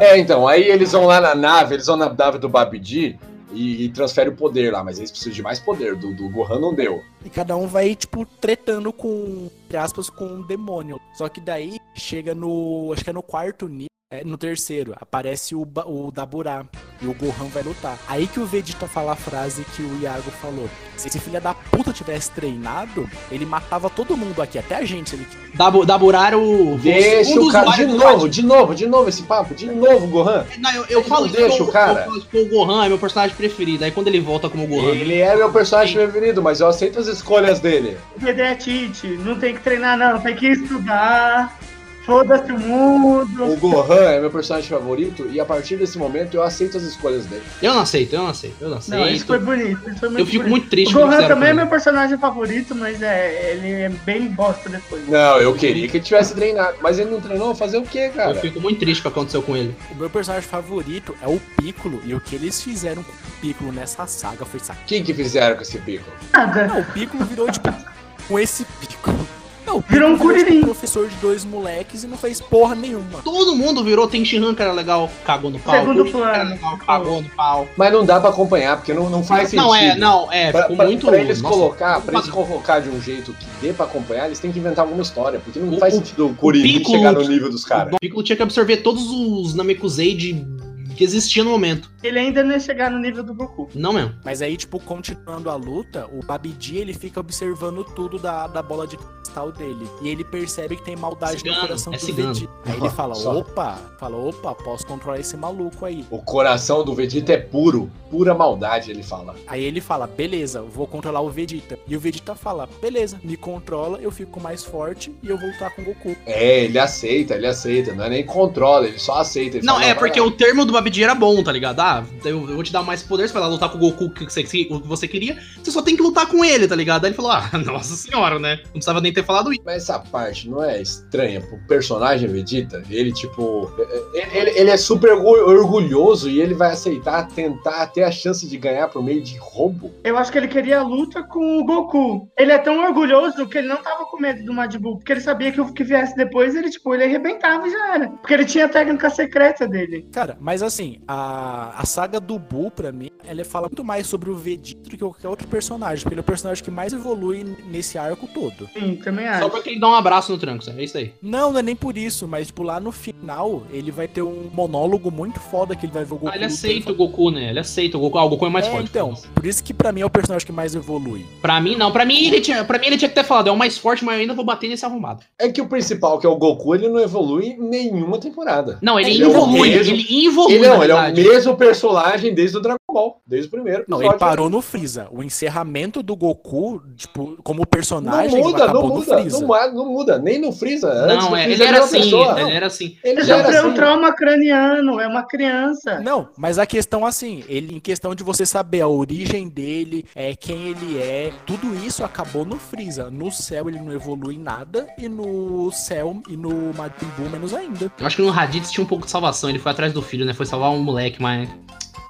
B: É, então, aí eles vão lá na nave, eles vão na nave do Babidi e, e transferem o poder lá, mas eles precisam de mais poder, do, do Gohan não deu.
D: E cada um vai, tipo, tretando com, entre aspas, com um demônio. Só que daí chega no. Acho que é no quarto nível. é, no terceiro, aparece o, Ba- o Daburá. E o Gohan vai lutar. Aí que o Vegeta fala a frase que o Iago falou. Se esse filho da puta tivesse treinado, ele matava todo mundo aqui, até a gente. se Ele...
C: Dabu- Daburaro foi um
B: Deixa o cara de
C: usuário do
B: novo, de novo, de novo esse papo, de novo, Gohan.
C: Não, eu, eu falo isso,
B: deixa
C: eu-
B: o cara.
C: eu falo isso, porque o Gohan é meu personagem preferido. Aí quando ele volta como Gohan.
B: Ele é meu personagem preferido, mas eu aceito as escolhas dele.
E: O Dedé é Tite, não tem que treinar, não, tem que estudar. Foda-se o mundo.
B: O Gohan é meu personagem favorito e a partir desse momento eu aceito as escolhas dele.
C: Eu não aceito, eu não aceito, eu não aceito.
E: Não, é isso foi bonito. Isso foi muito
C: Eu fico
E: bonito.
C: muito triste
E: O
C: quando
E: Gohan
C: fizeram
E: também é
C: com
E: meu personagem favorito, mas é, ele é bem bosta depois.
B: Não, eu queria que ele tivesse treinado, mas ele não treinou, fazer o quê,
C: Eu
B: cara?
C: fico muito triste com o que aconteceu com ele.
D: O meu personagem favorito é o Piccolo. E o que eles fizeram com o Piccolo nessa saga foi sacanagem.
B: Quem que fizeram com esse pico?
D: Não, o Piccolo virou, tipo, com esse Piccolo. Não, o
E: Virou um
D: Piccolo tipo,
E: Kuririn.
D: professor de dois moleques e não fez porra nenhuma.
C: Todo mundo virou tem Shinhan, cara legal, cagou no pau.
E: Segundo
C: Todo Shinhan era
E: plano.
C: legal, cagou no pau.
B: Mas não dá pra acompanhar, porque não, não faz sentido.
C: Não, é, não, é,
B: Pra,
C: ficou
B: pra-
C: muito.
B: pra eles
C: nossa,
B: colocar,
C: muito
B: pra eles
C: padrão.
B: colocar de um jeito que dê pra acompanhar, eles têm que inventar alguma história, porque não
C: O-
B: faz
C: o-
B: sentido o Kuririn
C: Piccolo-
B: chegar no nível dos caras.
C: O Piccolo tinha que absorver todos os Namekusei de... que existia no momento.
E: Ele ainda não ia chegar no nível do Goku.
C: Não mesmo.
D: Mas aí, tipo, continuando a luta, o Babidi, ele fica observando tudo da, da bola de cristal dele. E ele percebe que tem maldade
C: Cigano,
D: no coração
C: é
D: do
C: cigano.
D: Vegeta. Aí ele fala,
B: Só.
D: opa, fala, opa, posso controlar esse maluco aí.
B: O coração do Vegeta é puro, pura maldade, ele fala.
D: Aí ele fala, beleza, vou controlar o Vegeta. E o Vegeta fala, beleza, me controla, eu fico mais forte e eu vou lutar com o Goku.
B: É, ele aceita, ele aceita, não é nem controla, ele só aceita. ele
C: Não,
B: fala,
C: é
B: vai
C: porque
B: lá.
C: o termo do Babidi era bom, tá ligado? Ah, eu, eu vou te dar mais poder, você vai lá lutar com o Goku que você, que você queria, você só tem que lutar com ele, tá ligado? Aí ele falou, ah, nossa senhora, né? Não precisava nem ter falado isso.
B: Mas essa parte não é estranha pro personagem Vegeta? Ele, tipo. Ele, ele- ele é super orgu- orgulhoso e ele vai aceitar tentar ter a chance de ganhar por meio de roubo?
E: Eu acho que ele queria a luta com o Goku. Ele é tão orgulhoso que ele não tava com medo do Majin Buu, porque ele sabia que o que viesse depois, ele, tipo, ele arrebentava e já era. Porque ele tinha a técnica secreta dele.
D: Cara, mas assim, a, a saga do Buu, pra mim, ela fala muito mais sobre o Vegeta do que qualquer outro personagem, porque ele é o personagem que mais evolui nesse arco todo.
E: Sim, também
C: Só
E: acho.
C: porque ele dá um abraço no tranco, é isso aí.
D: Não, não é nem por isso, mas tipo, lá no final ele vai ter um monólogo muito foda que ele vai ver o Goku.
C: Ah, ele
D: lutando.
C: aceita o Goku, né? Ele aceita o Goku. Ah, o Goku é mais
D: É,
C: forte.
D: então, por isso que pra mim é o personagem que mais evolui.
C: Pra mim, não. Pra mim, ele tinha, pra mim, ele tinha que ter falado, é o mais forte, mas eu ainda vou bater nesse arrumado.
B: É que o principal, que é o Goku, ele não evolui em nenhuma temporada.
C: Não, ele,
B: Ele é o
C: evolui.
B: mesmo-
C: ele evolui, na
B: Ele não, ele é o
C: verdade.
B: mesmo personagem desde o Dragon Ball, desde o primeiro.
D: Não, ele
B: episódio.
D: parou no Freeza. O encerramento do Goku, tipo, como
B: Não
D: personagem,
B: muda, não
D: acabou no
B: muda,
D: Freeza.
B: não, muda, não muda, nem no Freeza. Antes do
C: Não, é,
B: Freeza
C: ele era
B: era
C: assim,
B: pessoa.
C: ele era assim.
B: Ele
E: Ele
B: já era
E: sofreu um
B: assim.
E: trauma craniano, é uma criança.
D: Não, mas a questão assim, ele em questão de você saber a origem dele, é quem ele é, tudo isso acabou no Freeza. No céu ele não evolui em nada e no céu e no Majin Buu menos ainda.
C: Eu acho que no Raditz tinha um pouco de salvação. Ele foi atrás do filho, né? Foi salvar um moleque, mas.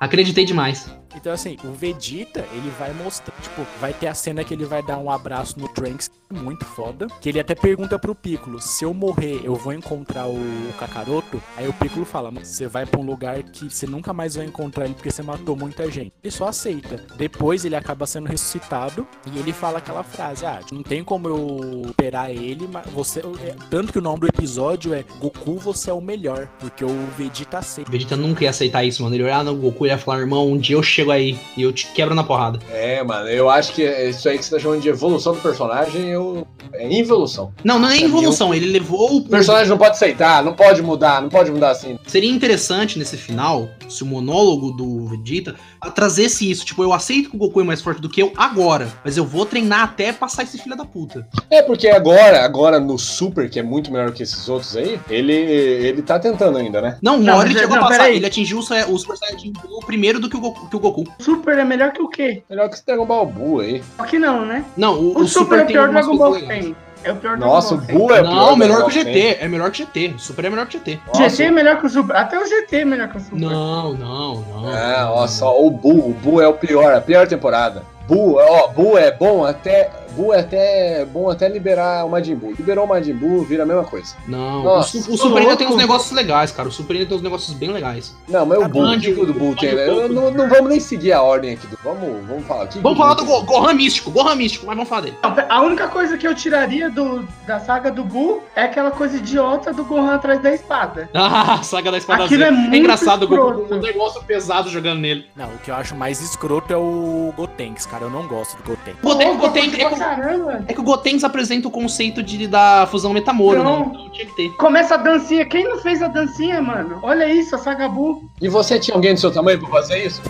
C: Acreditei demais.
D: Então assim, o Vegeta, ele vai mostrar, tipo, vai ter a cena que ele vai dar um abraço no Trunks, muito foda, que ele até pergunta pro Piccolo, se eu morrer, eu vou encontrar o Kakaroto? Aí o Piccolo fala, "Mas você vai pra um lugar que você nunca mais vai encontrar ele porque você matou muita gente. Ele só aceita. Depois ele acaba sendo ressuscitado e ele fala aquela frase, ah, não tem como eu superar ele, mas você... é- Tanto que o nome do episódio é Goku, você é o melhor, porque o Vegeta aceita.
C: O Vegeta nunca ia aceitar isso, mano. Ele ia olhar no Goku e ia falar, irmão, um dia eu chego aí e eu te quebro na porrada.
B: É, mano, eu acho que é isso aí que você tá chamando de evolução do personagem eu... é involução.
C: Não, não é evolução. Ele levou o
B: O personagem não pode aceitar, não pode mudar, não pode mudar assim.
C: Seria interessante nesse final, se o monólogo do Vegeta a- trazesse isso. Tipo, eu aceito que o Goku é mais forte do que eu agora, mas eu vou treinar até passar esse filho da puta.
B: É porque agora, agora no Super, que é muito melhor que esses outros aí, ele, ele tá tentando ainda, né?
C: Não, uma
E: Não,
C: hora ele
E: mas-
C: chegou a
E: não,
C: passar.
E: peraí.
C: Ele atingiu o, Sai- o Super Saiyajin Blue primeiro do que o Goku. que o Goku.
E: Super é melhor que o quê?
B: Melhor que esse Dragon Ball Buu aí.
E: Só que não, né?
C: Não, o, um
E: O, Super, é o pior
C: algumas
E: Dragon Ball que
C: coisas legais.
E: tem. É o pior
B: Nossa, o
E: Dragon Ball
B: Buu é o pior
C: Não, melhor
B: Dragon
C: que o
B: Ball
C: GT.
B: tem.
C: É melhor que o GT. Super é melhor que o GT.
E: que tem.
B: Nossa,
E: GT é melhor que o Super. Até o GT é melhor que o Super.
C: Não, não, não.
B: Ah, ó só, o Buu, o Buu é o pior, a pior temporada. Buu, ó, Buu é bom até Buu é até bom até liberar o Majin Buu. Liberou o Majin Buu, vira a mesma coisa.
C: Não,
B: Nossa,
C: o, Su- o
B: tô
C: Super ainda
B: louco.
C: tem uns negócios legais, cara. O Super ainda tem uns negócios bem legais.
B: Não, mas
C: Tá
B: o Buu, o
C: grande,
B: que que o do Buu tem, né?
C: Majin Buu.
B: Eu Não, não vamos nem seguir a ordem aqui. Do, vamos, vamos falar. O que que
C: Vamos
B: o Buu
C: falar do
B: tem?
C: Go- Gohan Místico, Gohan Místico, mas vamos falar dele.
E: A única coisa que eu tiraria do, da saga do Buu é aquela coisa idiota do Gohan atrás da espada.
C: Ah, saga da espada
E: Aquilo
C: Z.
E: é muito
C: engraçado o Goku
E: escroto.
C: com um negócio pesado jogando nele.
D: Não, o que eu acho mais escroto é o Gotenks, cara. Eu não gosto do Gotenks.
C: O Goten- o
E: Porra,
C: Goten- é, que, o-
E: Caramba!
C: é que o Gotenks apresenta o conceito de, da fusão metamoro,
E: Não.
C: né? Então tinha que ter.
E: Começa a dancinha. Quem não fez a dancinha, mano? Olha isso, a saga Buu.
B: E você tinha alguém do seu tamanho pra fazer isso?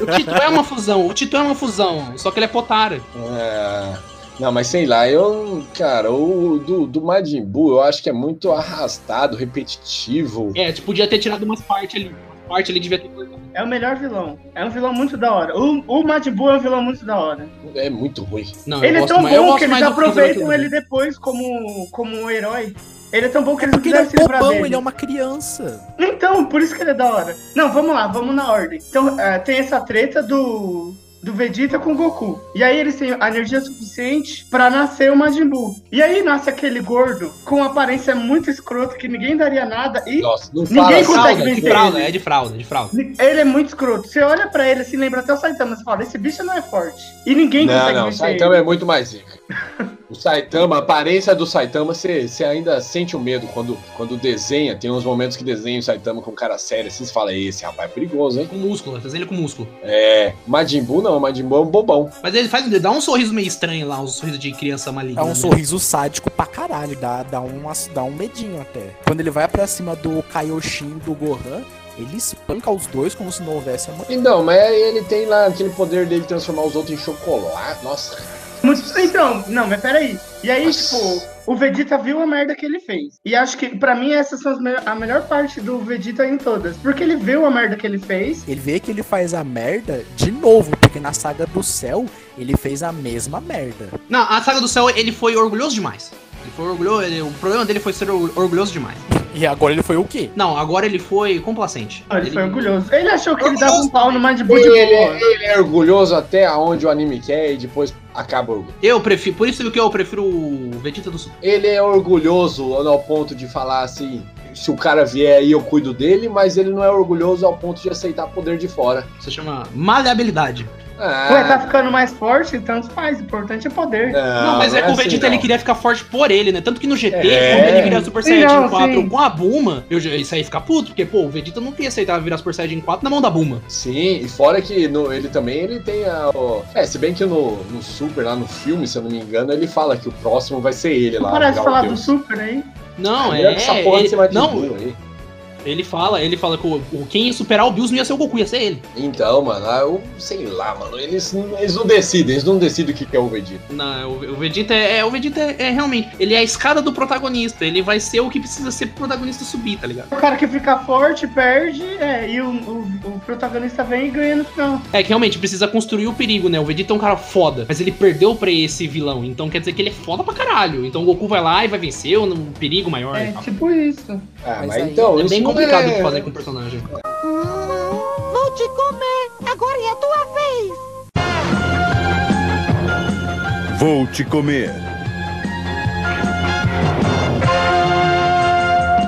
C: O Tito é uma fusão, o Tito é uma fusão, só que ele é potara.
B: É, Não, mas sei lá, eu, cara, o do, do Majin Buu, eu acho que é muito arrastado, repetitivo.
C: É, tipo, podia ter tirado umas partes ali. Umas partes ali devia ter cortado.
E: É o melhor vilão. É um vilão muito da hora. O, o Majin Buu é um vilão muito da hora.
B: É muito ruim.
C: Não,
E: ele é tão
C: mais- eu
E: bom
C: gosto
E: que eles
C: mais do Freeza do que né?
E: aproveitam
C: do-
E: ele depois como, como um herói. Ele é tão bom que eles não
D: Porque ele é
E: quiseram
D: um
E: se livrar
D: bobão,
E: dele.
D: ele é uma criança.
E: Então, por isso que ele é da hora. Não, vamos lá, vamos na ordem. Então, eh, tem essa treta do, do Vegeta com o Goku. E aí eles têm a energia suficiente pra nascer o Majin Buu. E aí nasce aquele gordo com aparência muito escrota que ninguém daria nada e
B: Nossa, não fala
E: ninguém consegue
C: Fralda, é de
E: vencer
C: fralda,
E: ele.
C: é de fralda, é de fralda.
E: Ele é muito escroto. Você olha pra ele assim, lembra até o Saitama. Você fala, esse bicho não é forte. E ninguém
B: Não,
E: consegue
B: não, o
E: vencer
B: Saitama
E: ele.
B: é muito mais zica. O Saitama, a aparência do Saitama, você você ainda sente o medo quando, quando desenha. Tem uns momentos que desenha o Saitama com cara sério, assim, você fala, esse rapaz é perigoso, hein?
C: Com músculo, fazer ele com músculo.
B: É, Majin Buu não, Majin Buu é um bobão.
C: Mas ele faz, ele dá um sorriso meio estranho lá, um sorriso de criança maligna.
D: Dá um
C: né?
D: sorriso sádico pra caralho. Dá, dá, um, dá um medinho até. Quando ele vai pra cima do Kaioshin do Gohan, ele espanca os dois como se não houvesse amanhã.
B: Então, mas ele tem lá aquele poder dele transformar os outros em chocolate. Nossa,
E: Muito- Então, não, mas peraí. E aí, tipo, o Vegeta viu a merda que ele fez. E acho que, pra mim, essas são as me- a melhor parte do Vegeta em todas. Porque ele viu a merda que ele fez.
D: Ele vê que ele faz a merda de novo, porque na saga do céu ele fez a mesma merda.
C: Não, a saga do céu, ele foi orgulhoso demais. Ele foi orgulhoso, ele- o problema dele foi ser or- orgulhoso demais.
D: E agora ele foi o quê?
C: Não, agora ele foi complacente.
E: Ah, Ele foi orgulhoso. Ele achou que ele dava
C: Orgulhoso.
E: um pau no Mind Boy de
B: ele,
E: boa.
B: ele é orgulhoso até onde o anime quer e depois acaba o orgulho.
C: Eu prefiro, por isso que eu prefiro o Vegeta do Super.
B: Ele é orgulhoso ao ponto de falar assim: se o cara vier aí, eu cuido dele, mas ele não é orgulhoso ao ponto de aceitar poder de fora.
C: Isso chama maleabilidade.
E: Ué, tá
B: Ah,
E: ficando mais forte? Tanto faz. O importante é poder.
C: não, mas é que o
B: assim,
C: Vegeta
B: não.
C: ele queria ficar forte por ele, né? Tanto que no GT,
B: É.
C: quando ele vira Super
E: Sim,
C: Saiyajin
E: não,
C: 4
E: sim.
C: com a Buma, eu, já- isso aí fica puto, porque, pô, o Vegeta não queria aceitar virar Super Saiyajin 4 na mão da Buma.
B: Sim, e fora que no- ele também ele tem a. o- É, se bem que no, no Super, lá no filme, se eu não me engano, ele fala que o próximo vai ser ele
E: Não
B: lá.
E: parece
B: Gal
E: falar do
B: Deus.
E: Super aí?
C: Não, é.
B: Melhor que essa porra
C: ele-
B: desse Majin
C: não,
B: Buu aí.
C: Ele fala, ele fala que o, o- quem ia superar o Bills não ia ser o Goku, ia ser ele.
B: Então, mano, ah, eu sei lá, mano. Eles, eles não decidem, eles não decidem o que que é o Vegeta.
C: Não, o, o Vegeta é, é- o Vegeta é, é realmente, ele é a escada do protagonista, ele vai ser o que precisa ser pro protagonista subir, tá ligado?
E: O cara que fica forte perde, é, e o, o- o protagonista vem e ganha no final.
C: É que realmente precisa construir o perigo, né? O Vegeta é um cara foda, mas ele perdeu pra esse vilão, então quer dizer que ele é foda pra caralho. Então o Goku vai lá e vai vencer o um perigo maior.
E: É
C: e tal.
E: tipo isso.
B: Ah, mas,
D: Mas aí
B: então.
C: É
B: isso
C: bem
B: não
C: complicado
B: é-
C: de fazer com o personagem.
H: Vou te comer, agora é a tua vez.
I: Vou te comer.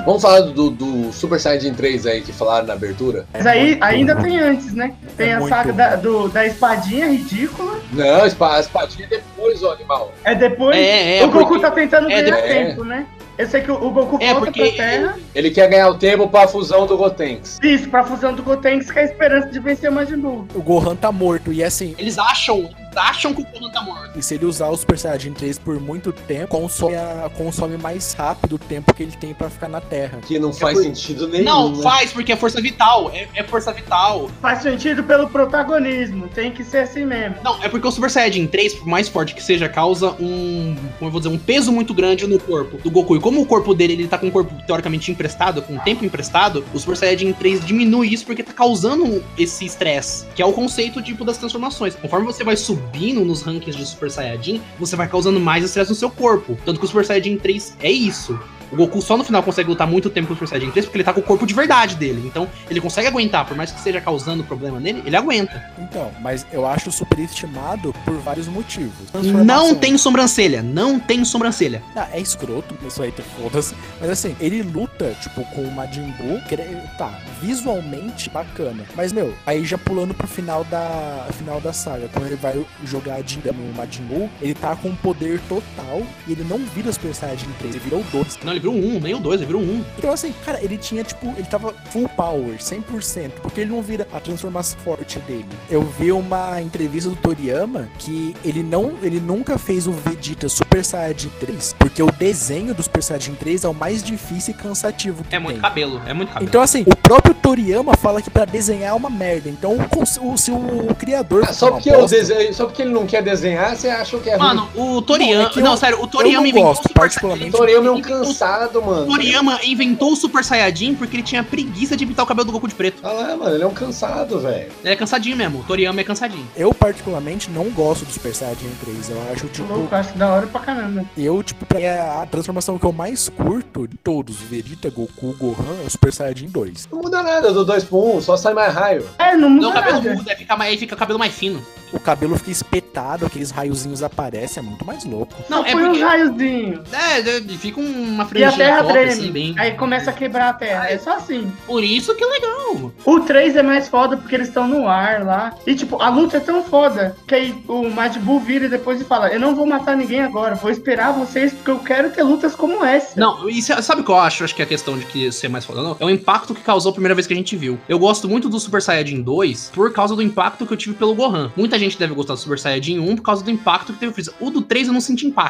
B: Vamos falar do, do Super Saiyajin 3 aí que falaram na abertura?
E: Mas aí ainda tem antes, né? Tem
D: É
E: a
D: muito
E: saga
D: bom.
E: da, do- da espadinha ridícula.
B: Não, a espa- a espadinha é depois, ô animal.
E: É depois.
C: É, é,
E: o Goku
C: porque-
E: tá tentando
C: é,
E: ganhar
B: é.
E: tempo, né? Eu sei que o o Goku
C: É,
E: volta
C: porque-
E: pra Terra.
B: Ele quer ganhar o tempo pra fusão do Gotenks.
E: Isso, pra fusão do Gotenks, que é a esperança de vencer o Majin Buu.
D: O Gohan tá morto, e assim,
C: Eles acham, eles acham que o Gohan tá morto.
D: e se ele usar os Super Saiyajin 3 por muito tempo, consome, a- consome mais rápido o tempo que ele tem pra ficar na Terra.
B: Que não faz sentido nenhum.
C: Não,
B: né?
C: faz, porque é força vital, é- é força vital.
E: Faz sentido pelo protagonismo, tem que ser assim mesmo.
C: Não, é porque o Super Saiyajin 3, por mais forte que seja, causa um, como eu vou dizer, um peso muito grande no corpo do Goku. E como o corpo dele, ele tá com o corpo teoricamente emprestado, com o tempo emprestado, o Super Saiyajin 3 diminui isso porque tá causando esse estresse, que é o conceito tipo das transformações. Conforme você vai subindo nos rankings de Super Saiyajin, você vai causando mais estresse no seu corpo. Tanto que o Super Saiyajin 3 é isso. O Goku só no final consegue lutar muito tempo com o Super Saiyajin 3 porque ele tá com o corpo de verdade dele. Então ele consegue aguentar, por mais que esteja causando problema nele, ele aguenta.
D: Então, mas eu acho superestimado por vários motivos.
C: Não tem sobrancelha, não tem sobrancelha.
D: Ah, é escroto, isso aí, tá, foda-se. Mas assim, ele luta, tipo, com o Majin Buu, que ele- tá, visualmente bacana. Mas, meu, aí já pulando pro final da final da saga, quando ele vai jogar a Jinga no Majin Buu, ele tá com poder total e ele não vira Super Saiyajin 3, ele virou 2.
C: Não, ele virou um, nem o dois, ele virou um.
D: Então, assim, cara, ele tinha, tipo, ele tava full power, 100%, porque ele não vira a transformação forte dele. Eu vi uma entrevista do Toriyama que ele não, ele nunca fez o Vegeta Super Saiyajin 3, porque o desenho do Super Saiyajin 3 é o mais difícil e cansativo que
C: É muito
D: tem.
C: cabelo, é muito cabelo.
D: Então, assim, o próprio Toriyama fala que pra desenhar é uma merda. Então, o cons- o- se o criador.
B: Ah, só,
D: é uma
B: porque eu
D: bosta-
B: desenho, só porque ele não quer desenhar, você acha que é
C: Mano,
B: ruim.
C: o Toriyama.
D: Não,
C: Não,
D: é que eu-
C: sério, o
D: eu
C: Toriyama
D: não
C: inventou o
D: gosto,
C: Super Saiyajin.
B: O
D: particularmente.
B: Toriyama é um
C: Ele inventou-
B: cansado,
C: O
B: mano.
C: Toriyama inventou o Super Saiyajin porque ele tinha preguiça de pintar o cabelo do Goku de preto.
B: Olha lá, mano, ele é um cansado, velho.
C: Ele é cansadinho mesmo, o Toriyama é cansadinho.
D: Eu, particularmente, não gosto do Super Saiyajin 3. Eu acho, tipo.
E: Louco, eu acho da hora pra caramba.
D: Eu, tipo, pra mim, a transformação que eu mais curto de todos, Vegeta, Goku, Gohan, é o Super Saiyajin 2.
B: Não muda nada do 2 pro 1, só sai mais raio.
E: É, não muda
C: Não, Então, o cabelo
E: nada.
C: muda, aí fica, mais- aí fica o cabelo mais fino.
D: O cabelo fica espetado, aqueles raiozinhos aparecem, é muito mais louco.
E: Não,
C: Não,
E: Só
C: é
E: põe
C: porque.
E: uns raiozinhos.
C: É, é, fica uma
E: E
C: franjinha
E: a terra
C: top,
E: treme.
C: assim, bem.
E: Aí começa a quebrar a terra. É só assim.
C: Por isso que é legal.
E: O 3 é mais foda porque eles estão no ar lá. E tipo, a luta é tão foda que aí o Majin Buu vira depois e fala: Eu não vou matar ninguém agora, vou esperar vocês porque eu quero ter lutas como essa.
C: Não, e sa- sabe o que eu acho? Acho que é a questão de que ser mais foda, não. É o impacto que causou a primeira vez que a gente viu. Eu gosto muito do Super Saiyajin 2 por causa do impacto que eu tive pelo Gohan. Muita gente deve gostar do Super Saiyajin 1 por causa do impacto que teve o Freeza. O do 3 eu não senti impacto.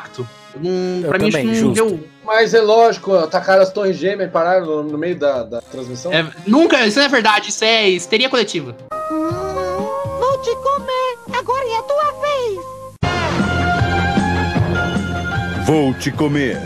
C: Eu não,
D: Eu
C: pra mim,
D: também,
C: acho que
D: justo.
C: não deu
B: Mas é lógico, atacaram as torres gêmeas e pararam no, no meio da, da transmissão.
C: É, nunca, isso não é verdade, isso é histeria coletiva.
H: Hum, vou te comer, agora é a tua vez.
I: Vou te comer.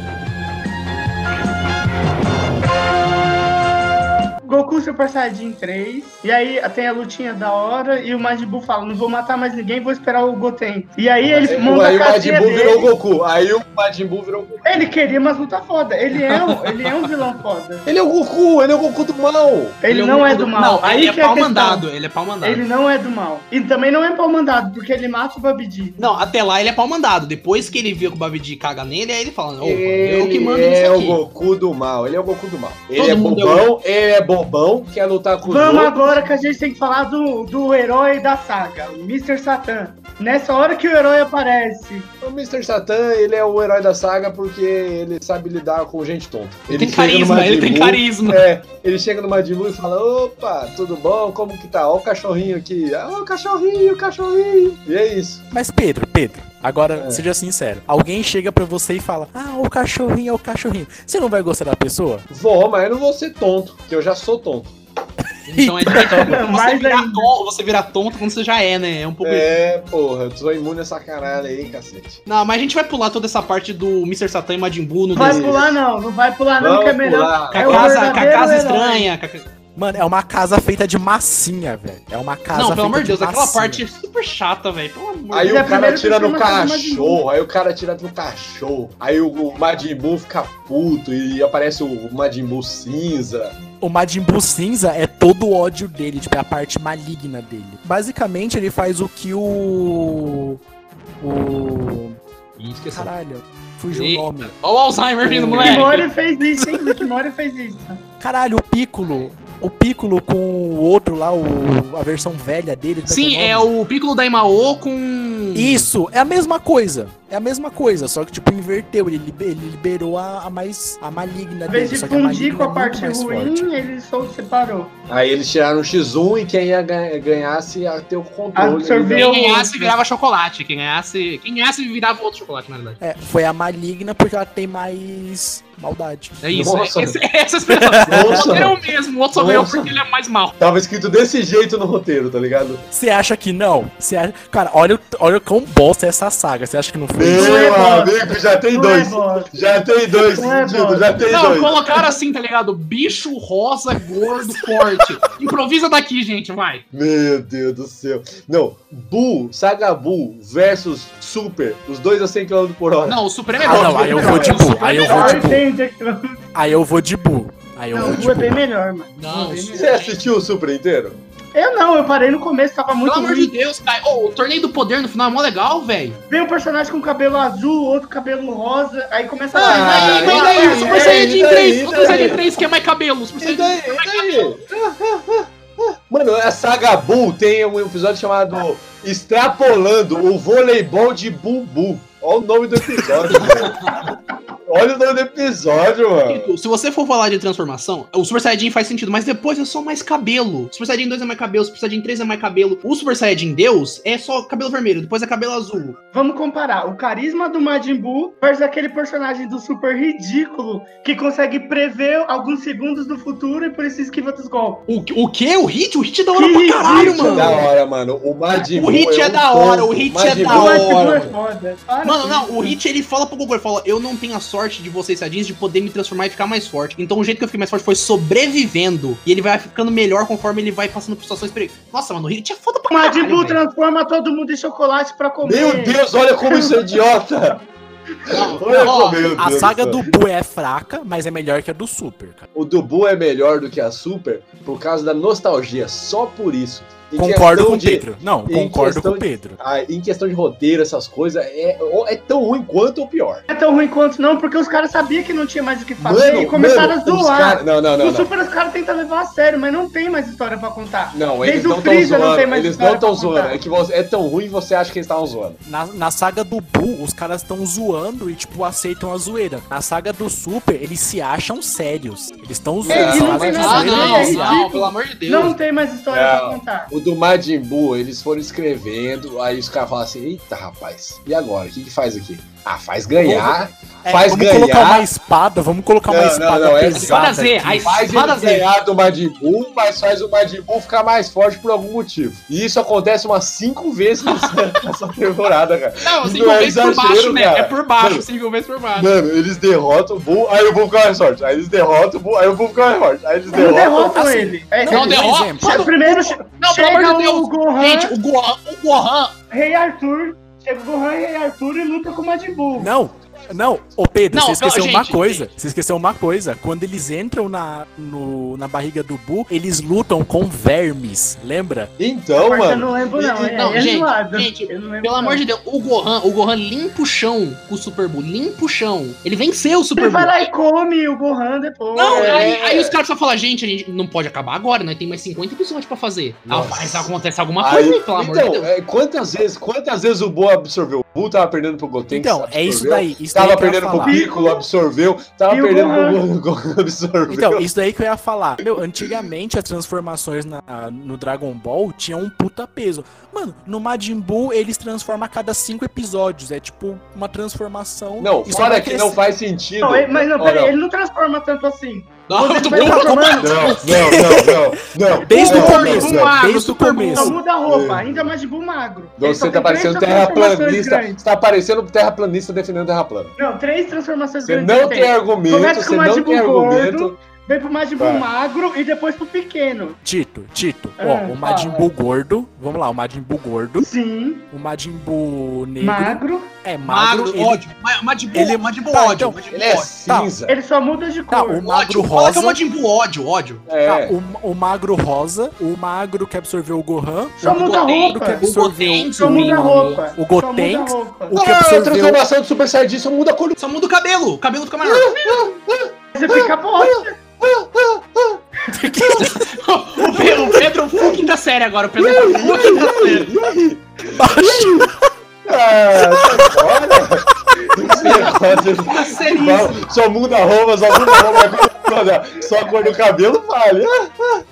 E: Goku Super Saiyajin 3. E aí tem a lutinha da hora. E o Majin Buu fala: Não vou matar mais ninguém, vou esperar o Goten. E aí ele manda
B: aí
E: a
B: o Majin
E: casinha
B: Buu
E: dele.
B: virou o Goku. Aí o Majin Buu virou o Goku.
E: Ele queria umas lutas foda. Ele é, um, ele é um vilão foda.
B: Ele é o Goku, ele é o Goku do mal.
C: um
E: Ele, não é do mal. aí
C: ele é
E: que é a
C: pau
E: questão.
C: mandado, ele é pau mandado.
E: Ele não é do mal. E também não é pau mandado, porque ele mata o Babidi.
C: Não, até lá ele é pau mandado. Depois que ele vê que o Babidi caga nele, aí ele fala, ô, mano, eu que
B: Ele
C: mando
B: é
C: nisso
B: o
C: aqui.
B: Goku do mal, ele é o Goku do mal. Ele
C: Todo
B: é
C: mundo é o-
B: bobão, ele é bobão, quer lutar com o
E: Vamos agora que a gente tem que falar do, do herói da saga, o Mr. Satan. Nessa hora que o herói aparece.
B: O Mr. Satan, ele é o herói da saga porque ele sabe lidar com gente tonta.
C: Ele tem
B: chega no
C: carisma,
B: Majin
C: ele tem
B: Buu,
C: carisma.
B: É, ele chega no Majin Buu e fala: opa, tudo bom? Como que tá? Ó o cachorrinho aqui. Ah, Ó o cachorrinho, o cachorrinho. E é isso.
D: Mas, Pedro, Pedro, agora seja sincero. Alguém chega pra você e fala: Ah, o cachorrinho é o cachorrinho. Você não vai gostar da pessoa?
B: Vou, mas eu não vou ser tonto, que eu já sou tonto.
C: Então é diferente. você,
E: Mais
C: virar
E: ainda.
C: tonto, você virar tonto quando você já é, né? É um pouco isso.
B: É, porra, eu sou imune a essa caralho aí, cacete.
C: Não, mas a gente vai pular toda essa parte do Mr. Satan e Majin Buu no
E: Vai
C: desenho.
E: pular não, não vai pular não,
B: Vamos
E: que é melhor.
B: pular.
C: Com
E: É
C: a
E: o
C: casa, com a casa
E: verdadeiro herói.
C: estranha. com a-
D: Mano, é uma casa feita de massinha, velho. É uma casa.
C: Não, pelo
D: feita
C: amor de Deus, aquela
D: massinha.
C: parte é super chata, velho. Pelo amor de
B: Aí
E: Ele é a
B: o cara
E: primeira
B: atira no
E: pessoa na Majin
B: cachorro, aí o cara atira no cachorro, aí o- o Majin Buu fica puto e aparece o Majin Buu cinza.
D: O Majin Buu cinza é todo o ódio dele, tipo, é a parte maligna dele. Basicamente, ele faz o que o. O.
C: Ih, esqueci.
D: Caralho, fugiu
C: Ih.
D: o nome.
C: Olha o Alzheimer vindo,
E: O Kimori
C: moleque.
E: fez isso, hein? O Kimori fez isso.
D: Caralho, o Piccolo. O Piccolo com o outro lá, o, a versão velha dele. como que
C: Sim, é
D: nome?
C: o Piccolo da Imaô com...
D: Isso, é a mesma coisa. É a mesma coisa, só que tipo, inverteu. Ele, libe- ele liberou a, a mais. a maligna
E: Em
D: dele.
E: vez de
D: Só que a maligna
E: fundir com
D: é
E: a
D: muito
E: parte
D: mais
E: ruim,
D: forte.
E: ele só separou.
B: Aí eles tiraram o X1 e quem ia ganha- ganhasse ia ter o controle.
E: Absorveu.
B: né?
C: Quem ganhasse virava chocolate. Quem ganhasse, quem ganhasse virava outro chocolate, na verdade.
D: É, foi a maligna porque ela tem mais maldade.
C: É isso.
B: Nossa.
C: É, esse- é essa a expressão.
B: Nossa.
C: O outro é o mesmo, o outro só ganhou
B: Nossa.
C: porque ele é mais mal.
B: Tava escrito desse jeito no roteiro, tá ligado?
D: Você acha que não? Você acha... Cara, olha, o- olha o quão bosta é essa saga. Você acha que não foi?
E: Meu
B: Meu amigo, já tem
E: Não
B: dois.
E: é boss.
B: já tem dois,
E: Não é
B: sentido,
E: boss.
B: já tem
C: Não,
B: dois.
C: colocaram assim, tá ligado? Bicho, rosa, gordo, forte. Improvisa daqui, gente, vai.
B: Meu Deus do céu. Não, Bull, Saga Bull versus Super, os dois a 100 km por hora.
C: Não, o Supremo é
D: Ah, não, aí eu vou de Bu. Aí eu
E: É
D: vou de Bu.
E: Tem que-
D: Aí eu vou de Bu. Aí eu
E: Não,
D: vou tipo,
E: o
D: de
E: Bu é bem
D: Bu.
E: melhor, mano.
C: Não,
B: Você assistiu o Super inteiro?
E: Eu não, eu parei no começo, tava muito
C: Pelo amor de
E: ruim.
C: Deus, cara. Ô, o torneio do poder no final é mó legal, velho.
E: Vem um personagem com cabelo azul, outro cabelo rosa, aí começa a. Ah,
C: Mas Ah, daí, mas é daí, o Super
B: daí,
C: Saiyajin
B: daí,
C: 3, o Super
B: daí.
C: Saiyajin 3 que é mais cabelo, o Super
B: E
C: Saiyajin
B: daí? E daí? Mano, a saga Bull tem um episódio chamado Extrapolando o Voleibol de Bubu. Olha o nome do episódio, mano. Olha o nome do episódio, mano.
C: Tipo, Se você for falar de transformação, o Super Saiyajin faz sentido, mas depois é só mais cabelo. Super Saiyajin 2 é mais cabelo, Super Saiyajin 3 é mais cabelo. O Super Saiyajin Deus é só cabelo vermelho, depois é cabelo azul.
E: Vamos comparar o carisma do Majin Buu versus aquele personagem do super ridículo que consegue prever alguns segundos do futuro e por isso esquiva dos golpes.
C: O, o quê? O Hit? O Hit é da hora
E: Que
C: pra caralho,
E: hit
B: Da
C: mano.
B: hora, mano. O Majin
C: O hit é
B: um
C: da hora,
B: ponto. um
C: o hit é
B: Majin
C: da
B: Buu
C: hora,
E: Mas Buu é
B: mano.
E: foda. Para
C: Mano,
E: com
C: não,
E: isso.
C: o Hit ele fala pro Goku, ele fala, eu não tenho a sorte de vocês Saiyajins de poder me transformar e ficar mais forte. Então o jeito que eu fiquei mais forte foi sobrevivendo. E ele vai ficando melhor conforme ele vai passando por situações perigosas. Nossa, mano, o Hit é foda pra
E: O Majin
C: caralho,
E: Buu
C: velho.
E: transforma todo mundo em chocolate pra comer.
B: Meu Deus, olha como isso é idiota. Olha
C: ó,
B: como, meu
D: A
B: Deus
D: saga
B: céu.
D: do Bu é fraca, mas é melhor que a do Super, cara.
B: O do Buu é melhor do que a Super por causa da nostalgia, só por isso. Em
D: Concordo
B: questão
D: com o
B: de-
D: Pedro. Não,
B: em
D: concordo
B: questão
D: com o
B: de-
D: Pedro.
B: Ah, em questão de roteiro, essas coisas, é, ou é tão ruim quanto ou pior.
E: Não é tão ruim quanto não, porque os caras sabiam que não tinha mais o que fazer e começaram a
B: os
E: zoar.
B: cara- Não, não, não.
E: no
B: não.
E: Super os caras tentam levar a sério, mas não tem mais história pra contar.
B: Não,
E: Desde
B: eles
E: o
B: não estão
E: Freeza não
B: zoando.
E: tem mais
B: eles não
E: história
B: estão
E: pra contar.
B: zoando. É que você- é tão ruim que você acha que eles estavam zoando.
D: Na, na saga do Buu, os caras estão zoando e, tipo, aceitam a zoeira. Na saga do Super, eles se acham sérios. Eles estão zoando.
B: É, e não
D: eles
B: tem
D: fazem
E: nada a
C: Ah,
D: zoeira,
E: ver, é
D: eles
C: não,
D: se
E: ridículo.
C: não, pelo amor de Deus.
E: Não tem mais história pra
B: Não.
E: contar.
B: O do Majin Buu, eles foram escrevendo, aí os caras falaram assim: eita rapaz, e agora? O que, que faz aqui? Ah, faz ganhar,
D: É,
B: faz
D: vamos colocar
B: ganhar.
D: uma espada, vamos colocar uma
B: Não, não,
D: espada
B: não, é
D: pesada.
C: Espada Z, a
B: Faz ele
C: espada Z.
B: ganhar do Majin Buu, mas faz o Majin Buu ficar mais forte por algum motivo. E isso acontece umas cinco vezes nessa nessa temporada, cara.
C: Não,
B: Não
C: cinco
B: é
C: vezes por
B: exagero,
C: baixo, né?
B: cara.
C: É por baixo,
B: Mano.
C: cinco vezes por baixo.
B: Mano, eles derrotam o Bull, aí o Bull fica mais forte. Aí eles derrotam o Bull, aí o Bull fica mais forte. Aí eles
E: Não
B: derrotam.
E: derrotam
D: assim,
E: ele. É,
C: Não
E: ele-
C: derrota.
D: exemplo.
E: Che-
C: Mano,
E: Primeiro che-
C: não, pelo
E: chega
C: amor de
E: o
C: Deus.
E: Gohan,
C: Gente, o Gohan, o Gohan.
E: Rei Arthur. Chega o Gohan, Rei Arthur e luta com o Majin Buu.
D: Não, não, ô Pedro,
C: Não,
D: você esqueceu
C: calma,
D: uma
C: gente,
D: coisa. Você esqueceu uma coisa. Quando eles entram na, no- na barriga do Bu, eles lutam com vermes, lembra?
B: Então,
E: Mas eu
B: mano.
E: não lembro, não.
B: e-
E: é-
C: não,
E: é
C: gente,
E: zoado.
C: gente,
E: Eu não lembro,
C: Pelo
E: não.
C: amor de Deus, o Gohan, o Gohan limpa o chão com o Super Bull, limpa o chão. Ele venceu o
E: Ele
C: Super Bull.
E: vai lá e come o Gohan depois.
C: Não,
E: é.
C: aí, aí os caras só falam, gente, a gente não pode acabar agora, nós temos mais 50 episódios pra fazer. Ah,
B: Nossa.
C: mas acontece alguma
B: Aí,
C: coisa aí, pelo amor de
B: então,
C: Deus.
B: é, quantas vezes, quantas vezes o Bull absorveu? O Bull tava perdendo pro Goten.
D: Então, é isso daí. Isso daí
B: Tava
D: que eu ia
C: um
B: perdendo pro
D: falar.
B: Piccolo, absorveu. Tava
E: E o
B: perdendo
E: Gohan.
B: pro Gohan, absorveu.
D: Então, isso daí que eu ia falar. Meu, antigamente as transformações na- no Dragon Ball tinham um puta peso. Mano, no Majin Buu eles transformam a cada cinco episódios. É tipo uma transformação.
B: não,
D: e só
B: fora
D: vai
B: que não
D: crescendo.
B: faz sentido.
E: Não, ele- mas não,
B: Ó,
E: peraí, tá ele não transforma tanto assim.
C: Não, Ah, eu tô
E: vai
C: bem
E: transformando,
B: Não, não, não, não, não.
D: Desde o
B: não,
D: começo,
E: tá
B: não, não.
D: desde o
E: só
D: começo.
E: muda a roupa,
B: É.
E: ainda mais de Buu magro. Ele só
B: Você tá
E: tem três
B: parecendo
E: transformações
B: terraplanista.
E: grandes.
B: Você tá parecendo terraplanista defendendo terra plana.
E: Não, três transformações
B: Você
E: grandes.
B: não
E: ele
B: tem argumento,
E: Começa com
B: você
E: o
B: não tem
E: Majin Buu
B: argumento.
E: gordo, vem pro Majin Buu
B: Vai.
E: magro e depois pro pequeno.
D: Tito, Tito,
E: Ah,
D: ó, o Majin Buu gordo. Vamos lá, o Majin Buu gordo.
E: Sim,
D: O Majin Buu negro.
E: magro.
D: É magro.
C: Magro,
D: ele-
C: ódio. Ma- Majin Buu,
D: ele-
C: Majin Buu,
D: Tá,
C: ódio.
D: então,
C: Majin Buu,
B: Ele é
C: ódio.
B: cinza.
E: Ele só muda de
D: Tá,
E: cor.
D: o magro
C: Ódio, Fala que é
D: rosa.
C: o Majin Buu, ódio, ódio.
D: tá,
B: É.
D: o, o magro rosa, o magro que absorveu o Gohan,
E: Só muda a
D: magro que
C: é
E: roupa.
D: absorveu
C: Goten,
E: Só muda a roupa.
D: o
E: Só muda a
D: Gotenks,
E: roupa.
D: o que
B: Ah, a
D: absorveu
B: transformação do Super Saiyajin só muda a cor do
C: Só muda o cabelo, o cabelo fica maior.
E: Você fica bosta.
C: o, Pe- o Pedro foi quinta série agora, o Pedro foi quinta série.
B: Ah, tá
C: é
B: fora. Só muda a roupa, só muda a roupa. Só a cor do cabelo vale.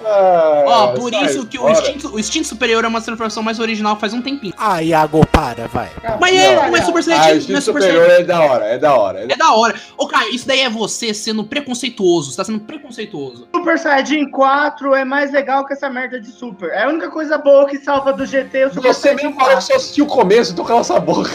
B: Ah,
C: Ó, por
B: sai
C: isso que o
B: fora.
C: instinto, o instinto superior é uma transformação mais original faz um tempinho.
D: Ah, Iago, para, vai.
C: Mas
B: Não,
C: é,
B: não.
C: não é Super
B: Ah, o
C: Saiyajin, não
B: instinto
C: é Super
B: superior
C: Saiyajin.
B: é da hora, é da hora. é da-
C: É da hora. Ô, cara, isso daí é você sendo preconceituoso. Você tá sendo preconceituoso.
E: Super Saiyajin 4 é mais legal que essa merda de Super. É a única coisa boa que salva do GT é o Super
B: Você
E: Saiyajin
B: mesmo falou que
E: 4.
B: só assistiu o começo, então cala essa boca.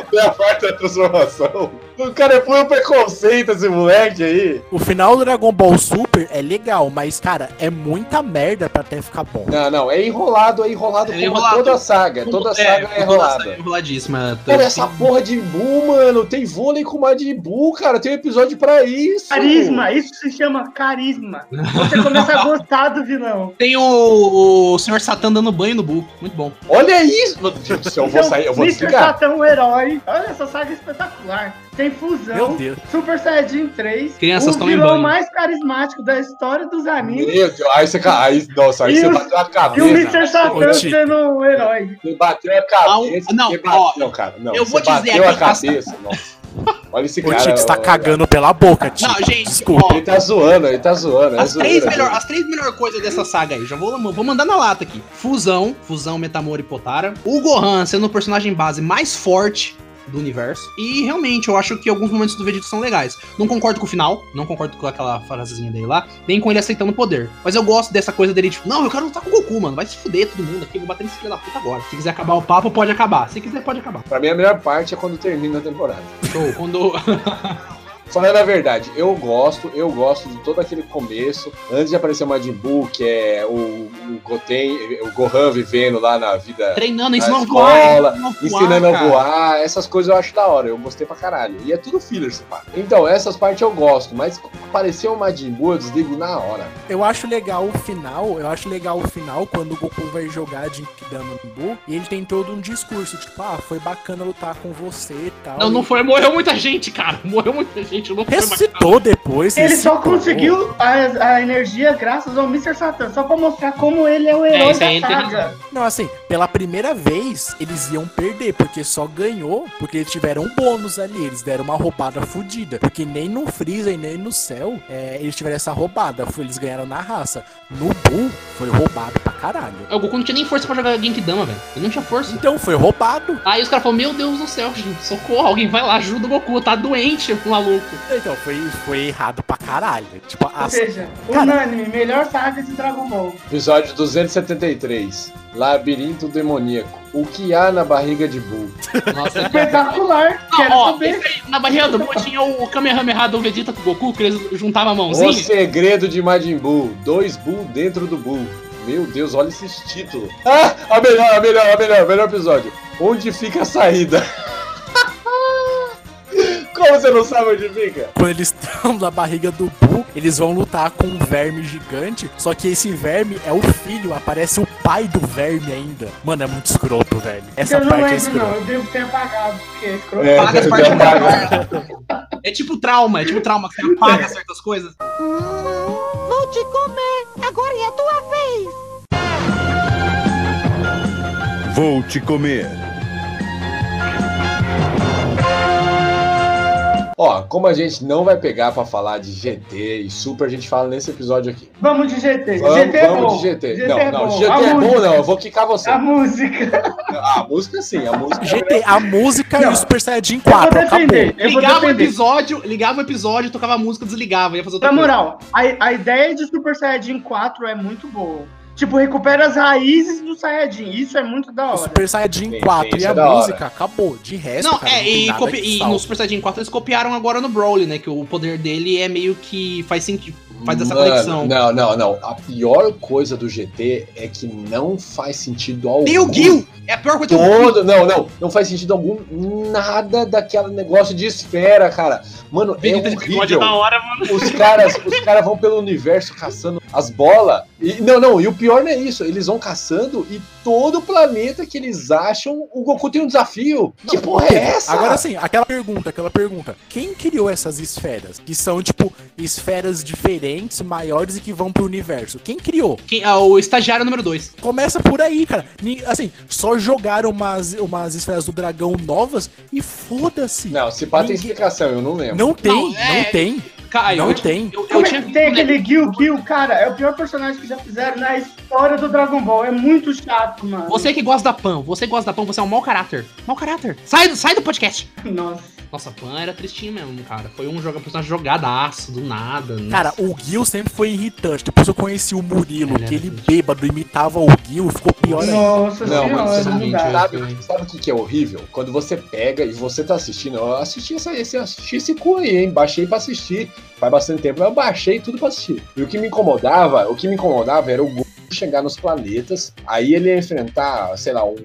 B: até a quarta transformação. O cara é puro preconceito, esse moleque aí.
D: O final do Dragon Ball Super é legal, mas, cara, é muita merda pra até ficar bom.
B: Não, não, é enrolado, é enrolado
C: É
B: como
C: enrolado.
B: toda a saga. Toda a saga é, enrolada.
C: Enroladíssima.
B: Cara, essa porra de Buu, mano, tem vôlei com mais de Buu, cara, tem um episódio pra isso.
E: Carisma, isso se chama carisma. Você começa a gostar do vilão.
C: Tem o, o Sr. Satã dando banho no Buu. Muito bom.
B: Olha isso! Meu Deus do céu, eu vou sair, eu vou
E: Mr.
B: desligar.
E: Então, Satã, um herói. Olha essa saga espetacular. Tem
D: Meu
E: fusão,
D: Deus.
E: Super Saiyajin 3,
C: Crianças
E: o
C: tomem
E: vilão
C: banho.
E: mais carismático da história dos
B: Meu
E: animes.
B: Deus, aí você, ca- aí, nossa, aí
E: E
B: você
E: o-
B: bateu a
E: E o
B: cabeça.
E: Mr. Satã
D: Ô, Ti.
E: sendo um herói.
B: Você bateu é a cabeça.
C: um- Não,
B: você
C: ó,
B: bateu, cara. Não,
C: eu vou
B: você
C: dizer
B: bateu a
C: aqui, passa-
B: cabeça, nossa. Olha esse
D: O
B: cara.
D: Tix tá
B: ó,
D: cagando pela boca, Tix.
C: Não, gente,
D: Desculpa.
B: Ele tá zoando, ele tá zoando. é
C: As
B: zoeira,
C: três,
B: gente.
C: melhor, as três melhores coisas dessa saga aí, já vou, vou mandar na lata aqui. Fusão, Fusão, Metamor e Potara. O Gohan sendo o personagem base mais forte do universo. E realmente, eu acho que alguns momentos do Vegeta são legais. Não concordo com o final, não concordo com aquela frasezinha dele lá, nem com ele aceitando o poder. Mas eu gosto dessa coisa dele, tipo, não, eu quero lutar com o Goku, mano. Vai se fuder todo mundo aqui, eu vou bater nesse filho da puta agora. Se quiser acabar o papo, pode acabar. Se quiser, pode acabar.
B: Pra mim, a melhor parte é quando termina a temporada.
C: Show. Quando.
B: Falando a verdade, eu gosto, eu gosto de todo aquele começo, antes de aparecer o Majin Buu, que é o, o Goten, o Gohan vivendo lá na vida,
C: Treinando,
B: Na
C: ensinando a
B: escola,
C: voar,
B: ensinando a
C: cara.
B: voar, essas coisas eu acho da hora, eu gostei pra caralho. E é tudo filler, esse pá. Então, essas partes eu gosto, mas apareceu o Majin Buu, eu desligo na hora.
D: Eu acho legal o final, eu acho legal o final quando o Goku vai jogar de Kidama no Buu e ele tem todo um discurso, tipo, ah, foi bacana lutar com você e tal.
C: Não, não
D: E
C: foi. Morreu muita gente, cara. Morreu muita gente. Não foi bacana.
D: Recitou depois.
E: Ele
D: recitou.
E: só conseguiu a, a energia graças ao Mr. Satã, só pra mostrar como ele é o
C: É,
E: herói
C: isso aí ele
E: da
C: tem
E: saga.
C: razão.
D: Não, assim, pela primeira vez eles iam perder, porque só ganhou porque eles tiveram um bônus ali, eles deram uma roubada fodida. Porque nem no Freeza e nem no Cell é, eles tiveram essa roubada, foi- eles ganharam na raça. No Buu foi roubado pra caralho.
C: É, O Goku não tinha nem força pra jogar Genkidama, velho. Ele não tinha força.
D: Então foi roubado.
C: Aí os caras falaram, meu Deus do céu, gente, socorro, alguém vai lá, ajuda o Goku, tá doente, o maluco.
D: Então foi, foi errado pra caralho. Tipo,
E: Ou
D: a
E: seja,
D: Cara.
E: unânime, melhor saga de Dragon Ball.
B: Episódio 273, Labirinto Demoníaco. O que há na barriga de Buu?
C: Nossa,
E: Espetacular, quero
C: ó,
E: saber.
C: esse aí, na barriga do Goku tinha o Kamehameha do Vegeta com o Goku, que eles juntavam a
B: O
C: mãozinha.
B: segredo de Majin Buu. Dois Buu dentro do Buu. Meu Deus, olha esses títulos. Ah, a melhor, a melhor, a melhor, o melhor episódio. Onde fica a saída? Como você não sabe onde fica?
D: Quando eles estão na barriga do Buu, eles vão lutar com um verme gigante. Só que esse verme é o filho, aparece o pai do verme ainda. Mano, é muito escroto, velho. Essa
E: Eu não
D: parte é
E: lembro,
D: escrota.
E: não. Eu devo ter apagado, porque é escroto.
B: É,
C: Paga as
B: já
C: partes que
B: paga.
C: apaga. É tipo trauma, é tipo trauma, que você apaga certas coisas.
H: Hum, vou te comer, agora é a tua vez.
I: Vou te comer.
B: Ó, como a gente não vai pegar pra falar de GT e Super, a gente fala nesse episódio aqui.
E: Vamos de GT.
B: Vamos,
E: GT é
B: vamos
E: bom.
B: de GT.
E: GT
B: não,
E: é
B: não,
E: bom.
B: GT
E: A
B: é bom
E: música.
B: não, eu vou quicar você.
E: A música.
B: A música sim, a música.
D: GT, a música e o Super Saiyajin
E: Eu vou
D: 4, acabou.
E: defender. Eu vou
C: ligava o
E: defender.
C: episódio, ligava o episódio, tocava a música, desligava, ia fazer outra
E: Na
C: coisa.
E: moral, a, a ideia de Super Saiyajin 4 é muito boa. Tipo, recupera as raízes do Saiyajin. Isso é muito da
D: O
E: hora.
D: Super Saiyajin
B: Sim,
D: 4
B: sim,
D: e
B: isso
D: a
B: é da hora.
D: música acabou. De resto,
C: Não,
D: cara,
C: é,
D: tem
C: e,
D: nada
C: copi-
D: que
C: e no
D: salve.
C: Super Saiyajin 4 eles copiaram agora no Broly, né? Que o poder dele é meio que faz sentido, faz essa
B: Mano,
C: conexão.
B: Não, não, não. A pior coisa do GT é que não faz sentido algum.
C: Tem o Gil! É a pior coisa que eu
B: Todo, não, não, não faz sentido algum nada daquele negócio de esfera, cara. Mano, é
C: Vegeta de bigode é
B: horrível.
C: da hora, mano.
B: Os caras, os caras vão pelo universo caçando as bolas. E não, não, e o pior não é isso, eles vão caçando e todo planeta que eles acham, o Goku tem um desafio. que porra é essa?
D: Agora sim, aquela pergunta, aquela pergunta. Quem criou essas esferas? Que são, tipo, esferas diferentes, maiores e que vão pro universo. Quem criou?
C: Quem- ah, o estagiário número 2.
D: Começa por aí, cara. Ni- Assim, só jogaram umas, umas esferas do dragão novas e foda-se. Não,
B: Não, se pá tem
D: Ninguém-
B: explicação, eu não lembro.
D: tem, não,
C: Não, é-
D: tem,
C: Cara,
D: não
C: eu,
D: tem.
C: eu, eu
E: Como é
C: tinha
E: que tem
C: visto, né?
E: aquele Gil Gil, cara, é o pior personagem que já fizeram na história do Dragon Ball. É muito chato, mano.
C: Você que gosta da Pan, você que gosta da Pan, você é um mau caráter. Mau caráter. Sai, do- sai do podcast.
E: Nossa.
J: Nossa, Pan era tristinho mesmo, cara. Foi um joga- personagem jogadaço, do nada.
C: né?
J: nossa.
D: Cara, o Gil sempre foi irritante. Depois eu conheci o Murilo, que ele bêbado imitava o Gil, ficou pior ainda.
E: Nossa
B: Não, mas né? você
E: senhora,
B: sabe,
E: não dá.
B: sabe, sabe o que, que é horrível? Quando você pega e você tá assistindo. Eu assisti, essa, esse, assisti esse cu aí, hein? Baixei pra assistir. Faz bastante tempo, mas eu baixei tudo pra assistir. E o que me incomodava, o que me incomodava era o Goku chegar nos planetas, aí ele ia enfrentar, sei lá, um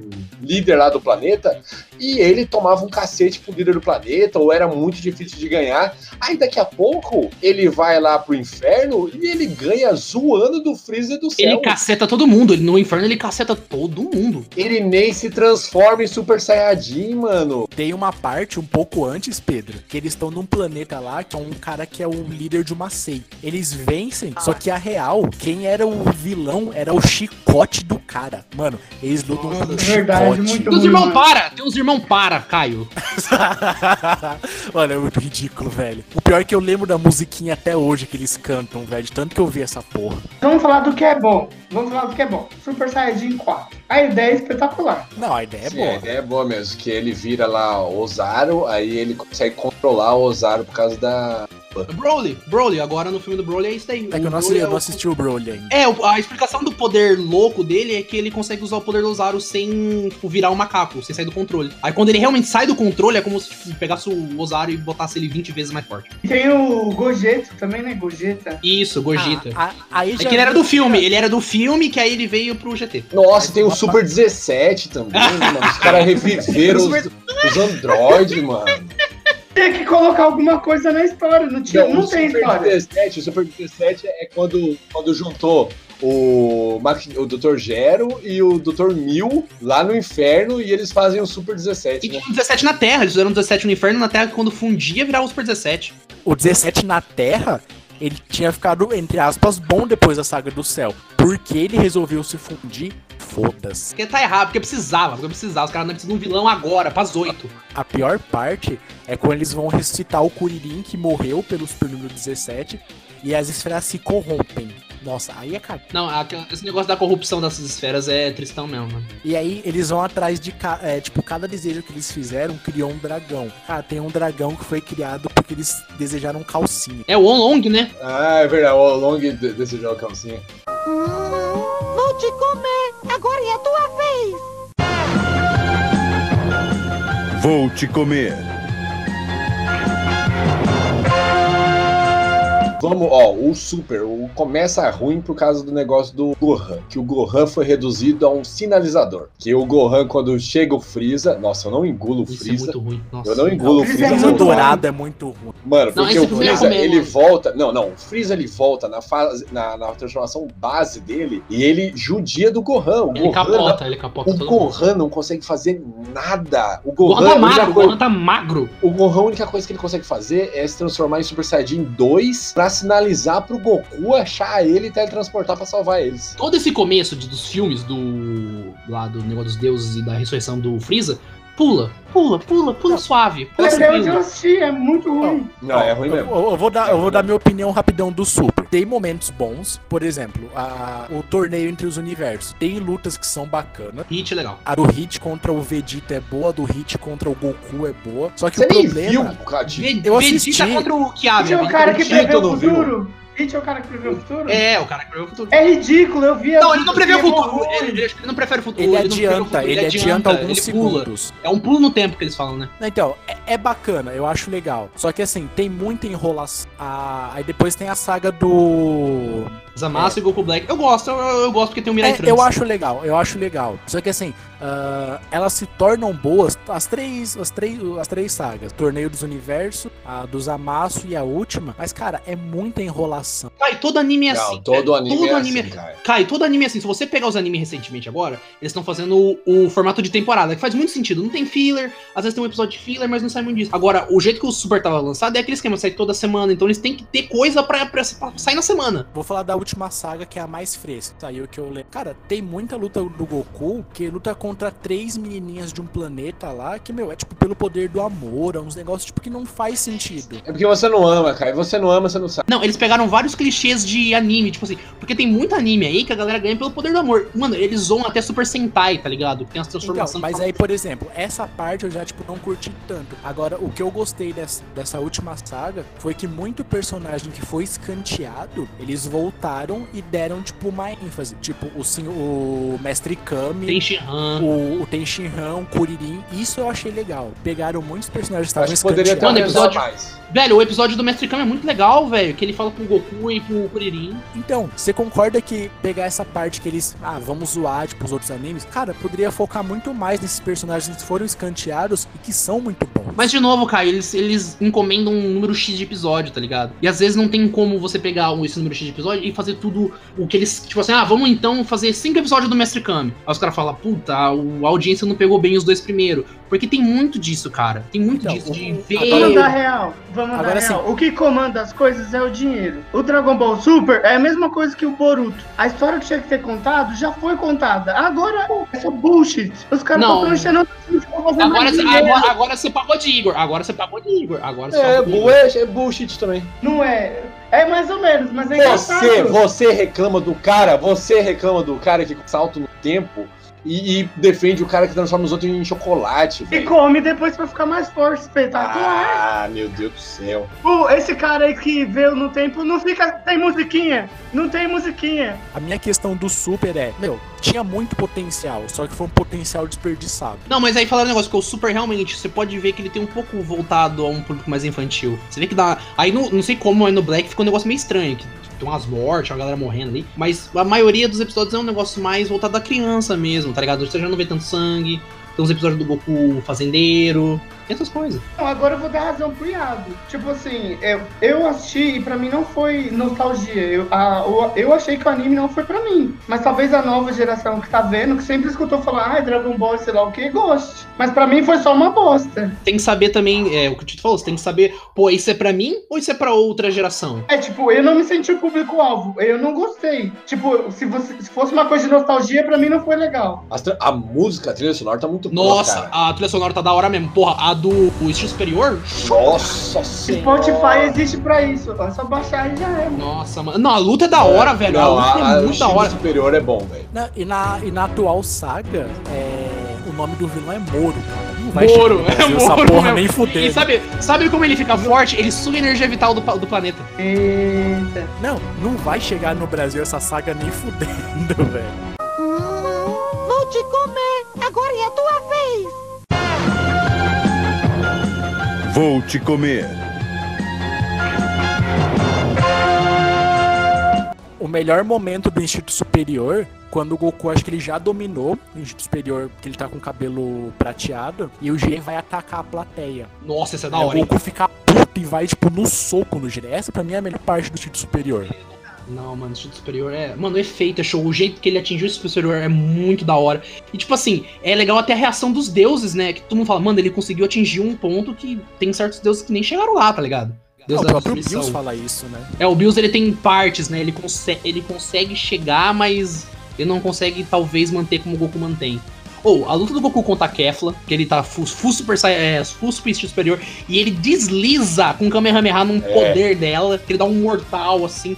B: líder lá do planeta, e ele tomava um cacete pro líder do planeta, ou era muito difícil de ganhar. Aí daqui a pouco ele vai lá pro inferno e ele ganha zoando do Freezer do céu.
J: Ele caceta todo mundo. Ele, no inferno ele caceta todo mundo.
B: Ele nem se transforma em Super Saiyajin, mano.
D: Tem uma parte um pouco antes, Pedro, que eles estão num planeta lá, que é um cara que é o líder de uma seita. Eles vencem, só que a real, quem era o vilão era o chicote do cara. Mano, eles lutam com um
E: verdade,
D: chicote.
E: muito
J: Tem uns
E: ruim.
J: irmãos para! Tem uns irmãos para, Caio.
D: Mano, é muito ridículo, velho. O pior é que eu lembro da musiquinha até hoje que eles cantam, velho. de Tanto que eu vi essa porra.
E: Vamos falar do que é bom. Vamos falar do que é bom. Super Saiyajin 4. A ideia é espetacular.
D: Não, a ideia é
B: Sim,
D: boa.
B: a ideia é boa mesmo, que ele vira lá o Ozaru, aí ele consegue controlar o Ozaru por causa da...
J: Broly, Broly, agora no filme do Broly é isso daí.
D: É que eu
J: O
D: não assisti,
J: Broly é
D: eu
J: o-
D: não assisti o Broly ainda.
J: É, o- a explicação do poder louco dele é que ele consegue usar o poder do Ozaru sem tipo, virar um macaco, sem sair do controle. Aí quando ele realmente sai do controle, é como se tipo, pegasse o Ozaru e botasse ele 20 vezes mais forte.
E: E tem o Gogeta também, né? Gogeta.
J: Isso, Gogeta.
D: Ah, a- aí
J: é
D: já
J: que ele era do filme, ele era do filme que aí ele veio pro GT.
B: Nossa, tem o Super 17 também, mano. Os caras reviveram os, os androides, mano.
E: Tem que colocar alguma coisa na história. Não, tinha, não,
B: o
E: tem
B: Super
E: história.
B: 17, o Super 17 é quando, quando juntou o, Max- o Dr. Gero e o Dr. Mil lá no inferno e eles fazem o Super
J: E
B: 17, né?
J: tinha um 17 na Terra, eles fizeram um 17 no Inferno na Terra que quando fundia virava o Super 17.
D: o 17 na Terra, ele tinha ficado, entre aspas, bom depois da saga do céu. Porque ele resolveu se fundir, foda-se.
J: Porque tá errado, porque precisava, porque precisava. Os caras não precisam de um vilão agora, pras 8.
D: A pior parte é quando eles vão ressuscitar o Kuririn que morreu pelo Super número 17 e as esferas se corrompem. Nossa, aí é cara.
J: Não, a- esse negócio da corrupção dessas esferas é tristão mesmo,
C: né?
J: mano.
D: E aí eles vão atrás de ca- é, tipo cada desejo que eles fizeram criou um dragão. Ah, tem um dragão que foi criado porque eles desejaram um calcinha.
J: É o Onlong, né?
B: Ah, é verdade, o long de- desse jogo, é um calcinha.
H: Vou te comer, agora é a tua vez.
K: Vou te comer.
B: Vamos, ó, o Super, o começa ruim por causa do negócio do Gohan, que o Gohan foi reduzido a um sinalizador. Que o Gohan, quando chega o Freeza, nossa, eu não engulo o
J: Isso
B: Freeza.
J: é muito ruim. Nossa.
B: eu não engulo o
E: Freeza é
B: Freeza.
E: muito
B: voltar.
D: dourado é muito ruim.
B: Mano,
J: Não,
B: porque
J: esse
B: o
J: Freeza
B: Freeza,
J: mesmo.
B: ele volta. Não, não, o Freeza ele volta na fase, na, na transformação base dele e ele judia do Gohan. O
J: Ele
B: Gohan,
J: capota, ele capota
B: o
J: todo mundo.
B: Gohan não consegue fazer nada. O
J: O Gohan tá
B: Gohan, é a única
J: magro, o
B: coisa-
J: Gohan tá magro.
B: O Gohan, a única coisa que ele consegue fazer é se transformar em Super Saiyajin 2 pra sinalizar pro Goku achar ele e teletransportar pra salvar eles.
J: Todo esse começo de- dos filmes do. lá do negócio dos deuses e da ressurreição do Freeza, pula, pula, pula, pula suave. Pula
E: Mas até onde É, eu
J: tranquilo.
E: assisti, é muito ruim.
B: Não, é ruim
D: Eu-
B: mesmo.
D: Eu, eu vou dar, eu vou dar minha opinião rapidão do Super. Tem momentos bons, por exemplo, a- o torneio entre os universos. Tem lutas que são bacanas.
J: Hit é legal.
D: A do Hit contra o Vegeta é boa, a do Hit contra o Goku é boa. Só que
B: Você
D: o
B: nem
D: problema. é
B: viu, Cati.
J: Ve-
D: Eu
J: Vegeta
D: assisti.
J: contra o Kiabi.
E: Hit é o cara que
B: Tito
E: prevê
J: então
E: o
B: não viu.
E: futuro. Hit é o cara que prevê o futuro. É,
J: É, o cara que prevê o futuro.
E: ridículo, eu vi.
J: Não,
E: eu
J: ele não
E: vi,
J: prevê o
E: eu vi,
J: futuro.
E: horror.
J: Ele, ele não prefere o futuro.
D: Ele
J: não prefere o
D: adianta,
J: futuro,
D: ele adianta alguns
J: ele pula.
D: segundos.
J: É um pulo no tempo que eles falam, né?
D: Então, é, é bacana, eu acho legal. Só que assim, tem muita enrolação. Ah, aí depois tem a saga do.
J: Zamasu e Goku Black. Eu gosto, eu, eu gosto porque tem o Mirai
D: É,
J: Trunks.
D: eu acho legal, eu acho legal. Só que assim, ah, elas se tornam boas, as três, as três, as três sagas. Torneio dos Universos, a dos Amasso e a última. Mas, cara, é muita enrolação.
J: Cai, todo anime é assim.
B: Não, todo
J: cara.
B: anime
J: Todo
B: é
J: anime-
B: assim, cara.
J: Cai, todo anime é assim. Se você pegar os animes recentemente agora, eles estão fazendo o, o formato de temporada, que faz muito sentido. Não tem filler, às vezes tem um episódio de filler, mas não sai muito disso. Agora, o jeito que o Super tava lançado é aquele esquema, sai toda semana, então eles têm que ter coisa pra, pra- pra sair na semana.
D: Vou falar da última saga, que é a mais fresca. Saiu que eu lembro. Cara, tem muita luta do Goku, que luta contra três menininhas de um planeta lá, que, meu, é tipo pelo poder do amor, é uns negócios tipo que não faz sentido.
B: É porque você não ama, cara. Você não ama, você não sabe.
J: Não, eles pegaram vários clichês de anime, tipo assim, porque tem muito anime aí que a galera ganha pelo poder do amor. Mano, eles zoam até Super Sentai, tá ligado? Tem as transformações.
D: Então, mas aí, por exemplo, essa parte eu já, tipo, não curti tanto. Agora, o que eu gostei dessa, dessa última saga foi que muito personagem que foi escanteado, eles voltaram e deram, tipo, uma ênfase. Tipo, o, sen- o Mestre Kami,
J: Tenshinhan.
D: o, o Tenshinhan, o Kuririn. Isso eu achei legal. Pegaram muitos personagens que estavam
B: Acho que poderia ter um
D: escanteados.
J: Mano,
B: aumentado
J: episódio-
B: mais.
J: Velho, o episódio do Mestre Kami é muito legal, velho. Que ele fala pro Goku e pro Kuririn.
D: Então, você concorda que pegar essa parte que eles, ah, vamos zoar, tipo, os outros animes? Cara, poderia focar muito mais nesses personagens que foram escanteados e que são muito bons.
J: Mas de novo, Caio, eles, eles encomendam um número X de episódio, tá ligado? E às vezes não tem como você pegar um- esse número X de episódio e fazer tudo o que eles. Tipo assim, ah, vamos então fazer cinco episódios do Mestre Kami. Aí os caras falam, puta, a a audiência não pegou bem os dois primeiro. Porque tem muito disso, cara. Tem muito
D: Então,
J: disso de
D: o-
E: Vamos dar
J: ver.
E: real. Vamos dar
D: Agora
E: real. O que comanda as coisas é o dinheiro. O Dragon Ball Super é a mesma coisa que o Boruto. A história que tinha que ter contado já foi contada. Agora pô, essa bullshit. Os caras
J: Não.
E: estão enchendo o pra fazer
J: Agora,
E: mais
J: cê-
E: dinheiro.
J: agora, agora você pagou de Igor. Agora você pagou de Igor. Agora você
B: É,
J: pagou de Igor.
B: bullshit, é bullshit também.
E: Não é. É mais ou menos, mas é
B: Você,
E: engraçado.
B: você reclama do cara, você reclama do cara que salta no tempo e, e defende o cara que transforma os outros em chocolate,
E: E
B: velho.
E: come depois pra ficar mais forte, espetacular.
B: Ah, meu Deus do céu.
E: Pô, esse cara aí que veio no tempo não fica. Tem musiquinha? Não tem musiquinha.
D: A minha questão do Super é, meu, tinha muito potencial, só que foi um potencial desperdiçado.
J: Não, mas aí falaram um negócio que o Super realmente, você pode ver que ele tem um pouco voltado a um público mais infantil. Você vê que dá. Aí no- não sei como, aí no Black ficou um negócio meio estranho, que tipo, tem umas mortes, uma galera morrendo ali. Mas a maioria dos episódios é um negócio mais voltado à criança mesmo, tá ligado? Você já não vê tanto sangue. Tem uns episódios do Goku fazendeiro. Tem essas coisas.
E: Não, agora eu vou dar razão pro Iago. Tipo assim, eu, eu assisti e pra mim não foi nostalgia. Eu, a- o- eu achei que o anime não foi pra mim. Mas talvez a nova geração que tá vendo, que sempre escutou falar, ah, Dragon Ball, sei lá o que, goste. Mas pra mim foi só uma bosta.
J: Tem que saber também, é, o que o Tito falou, você tem que saber, pô, isso é pra mim ou isso é pra outra geração?
E: É, tipo, eu não me senti o público-alvo. Eu não gostei. Tipo, se, você- se fosse uma coisa de nostalgia, pra mim não foi legal.
B: As tra- A, música, a trilha sonora tá muito
J: Nossa,
B: boa, cara.
J: a trilha sonora tá da hora mesmo. Porra, a do o estilo superior?
B: Nossa
E: Spotify existe pra isso. É só baixar e já é.
J: Nossa, mano. Não, a luta é da hora, velho.
B: Não,
J: a luta
B: a-
J: é
B: o
J: muito da
B: estilo
J: hora.
B: superior é bom, velho.
D: Na- e, na, e na atual saga, é, o nome do vilão é Moro, cara. Não vai chegar
J: Moro,
D: no
J: é
D: Brasil essa
J: Moro
D: porra
J: mesmo.
D: nem
J: E
D: fudendo.
J: sabe, sabe como ele fica forte? Ele suga a energia vital do, pa- do planeta.
E: Eita.
D: Não, não vai chegar no Brasil essa saga nem fudendo, velho.
H: Hum, vou te comer, agora é a tua vez.
L: Vou te comer.
D: O melhor momento do Instituto Superior, quando o Goku acho que ele já dominou o Instituto Superior, que ele tá com o cabelo prateado, e o Jiren vai atacar a plateia.
J: Nossa, essa é da
D: Aí o
J: hora, hein?
D: Goku fica puto e vai, tipo, no soco no Jiren. Essa pra mim é a melhor parte do Instituto Superior.
J: Não, mano, o chute superior é. Mano, o efeito é show. O jeito que ele atingiu o chute superior é muito da hora. E, tipo assim, é legal até a reação dos deuses, né? Que todo mundo fala, mano, ele conseguiu atingir um ponto que tem certos deuses que nem chegaram lá, tá ligado? Deus
D: Não, Ah, o
J: da
D: próprio
J: destruição.
D: Bills fala isso, né?
J: É, o Bills ele tem partes, né? Ele, conse- ele consegue chegar, mas ele não consegue, talvez, manter como o Goku mantém. Ou a luta do Goku contra a Kefla, que ele tá full, full super Sai- é, full super Instinto superior, e ele desliza com o Kamehameha num poder dela, que ele dá um mortal assim.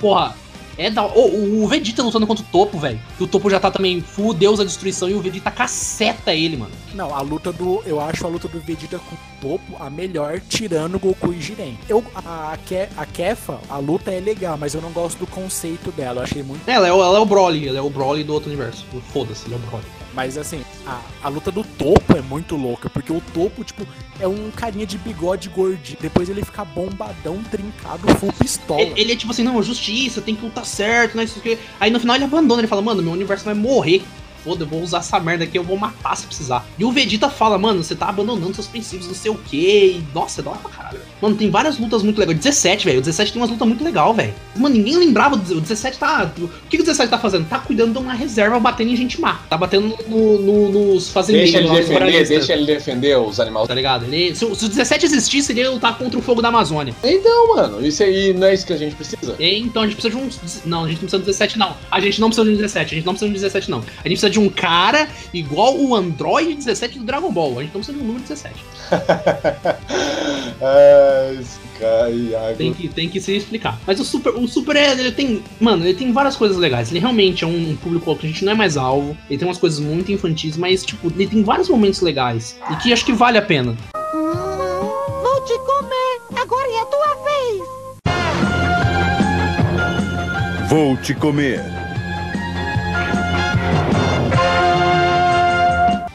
J: Porra, é da. Ou o Vegeta lutando contra o Topo, velho. Que o Topo já tá também full Deus da destruição e o Vegeta caceta ele, mano.
D: Não, a luta do. Eu acho a luta do Vegeta com o Topo a melhor, tirando Goku e Jiren. Eu, a, a, Ke- a Kefa, a luta é legal, mas eu não gosto do conceito dela. Eu achei muito.
J: Ela é, o- ela é o Broly, ela é o Broly do outro universo. Foda-se, ele é o Broly.
D: Mas assim, a, a luta do Topo é muito louca, porque o Topo, tipo, é um carinha de bigode gordinho. Depois ele fica bombadão, trincado, full pistola.
J: Ele, ele é tipo assim, não, justiça, tem que lutar certo, né? Isso aqui. Aí no final ele abandona, ele fala, mano, meu universo vai morrer. Foda, eu vou usar essa merda aqui, eu vou matar se precisar. E o Vegeta fala, mano, você tá abandonando seus princípios, não sei o quê. E, nossa, é da hora pra caralho. velho. Mano, tem várias lutas muito legais. 17, velho. O 17 tem umas lutas muito legais, velho. Mano, ninguém lembrava do o 17 tá. O que, que o 17 tá fazendo? Tá cuidando de uma reserva batendo em gente má. Tá batendo no- no- nos fazendeiros
B: Deixa ele
J: lá, nos
B: defender,
J: moralistas,
B: deixa ele defender os animais.
J: Tá ligado? Ele- se, o- se o 17 existisse, ele ia lutar contra o fogo da Amazônia.
B: Então, mano, isso aí não é isso que a gente precisa.
J: Então a gente precisa de um. Não, a gente não precisa de um 17, não. A gente não precisa de um 17, a gente não precisa de um 17, não. A gente precisa de um cara igual o Android 17 do Dragon Ball. A gente não precisa de um número 17.
B: Ai, Sky, Iago.
J: Tem que, tem que se explicar. Mas o Super, o Super é- ele tem. Mano, ele tem várias coisas legais. Ele realmente é um público que a gente não é mais alvo. Ele tem umas coisas muito infantis, mas, tipo, ele tem vários momentos legais. E que acho que vale a pena.
H: Vou te comer, agora é a tua vez.
M: Vou te comer.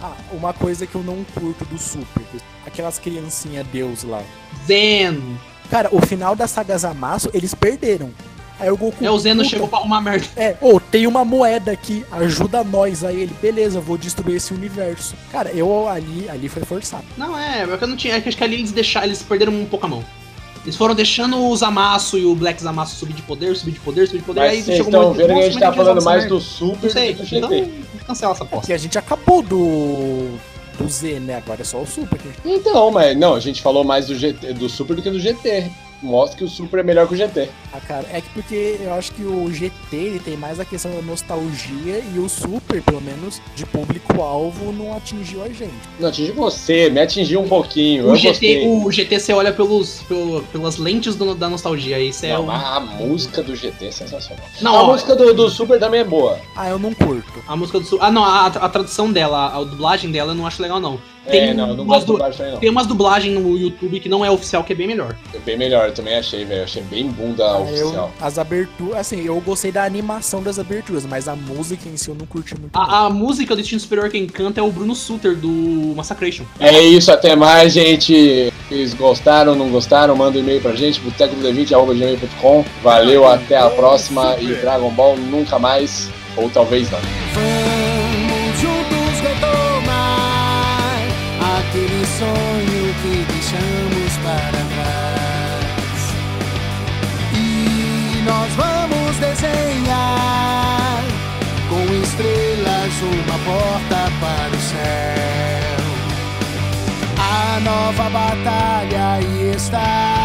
D: Ah, uma coisa que eu não curto do Super, aquelas criancinha Deus lá.
J: Zeno!
D: Cara, o final da saga Zamasu, eles perderam. Aí o Goku.
J: É, o Zeno
D: puta,
J: chegou pra arrumar merda.
D: É, ô, tem uma moeda aqui, ajuda nós aí. Ele, beleza, eu vou destruir esse universo. Cara, eu ali, ali foi forçado.
J: Não, é, é que eu não tinha. É que acho que ali eles deixaram, eles perderam um pouco a mão. Eles foram deixando o Zamasu e o Black Zamasu subir de poder, subir de poder, subir de poder. aí
B: Mas vocês
J: chegou
B: estão
J: muito-
B: vendo que a
J: Nossa,
B: gente
J: como é
B: tá
J: resolve
B: falando
J: essa
B: mais
J: merda?
B: do Super
J: Não
B: do que
J: sei,
B: do
J: então
B: GT.
J: cancela essa
D: E
J: aposta.
D: É a gente acabou do. do Z, né? Agora é só o Super. Que a gente...
B: Então, mas não, a gente falou mais do, GT, do Super do que do GT. Mostra que o Super é melhor que o GT.
D: Ah, cara, é que porque eu acho que o GT ele tem mais a questão da nostalgia e o Super, pelo menos, de público-alvo, não atingiu a gente.
B: Não, atingi você, me atingiu um pouquinho.
J: O
B: eu
J: GT,
B: gostei.
J: o GT você olha pelos, pelo- pelas lentes do- da nostalgia. Isso é
B: Não,
J: um-
B: mas a música do GT é sensacional.
J: Não,
B: a
J: ó,
B: música do, do Super também é boa.
D: Ah, eu não curto.
J: a música do Sul. Ah, não, a, a tradução dela, a, dublagem dela eu não acho legal, não.
B: é, não, eu não
J: umas
B: gosto
J: du-
B: do baixo aí, não.
J: Tem umas dublagens no YouTube que não é oficial, que é bem melhor.
B: É bem melhor, eu também achei, velho. Achei bem bunda
D: Ah, eu-
B: oficial.
D: as aberturas, assim, eu gostei da animação das aberturas, mas a música em si eu não curti muito. não.
J: A, a música do Destino Superior quem canta é o Bruno Suter, do Massacration.
B: É isso, até mais, gente. Vocês gostaram, não gostaram? Manda um e-mail pra gente, botecod20.com. Valeu, até a próxima. E Dragon Ball nunca mais, ou talvez não.
N: Vamos juntos retomar aquele sonho que deixamos para trás. E nós vamos desenhar com estrelas uma porta para o céu. A nova batalha aí está.
D: ah,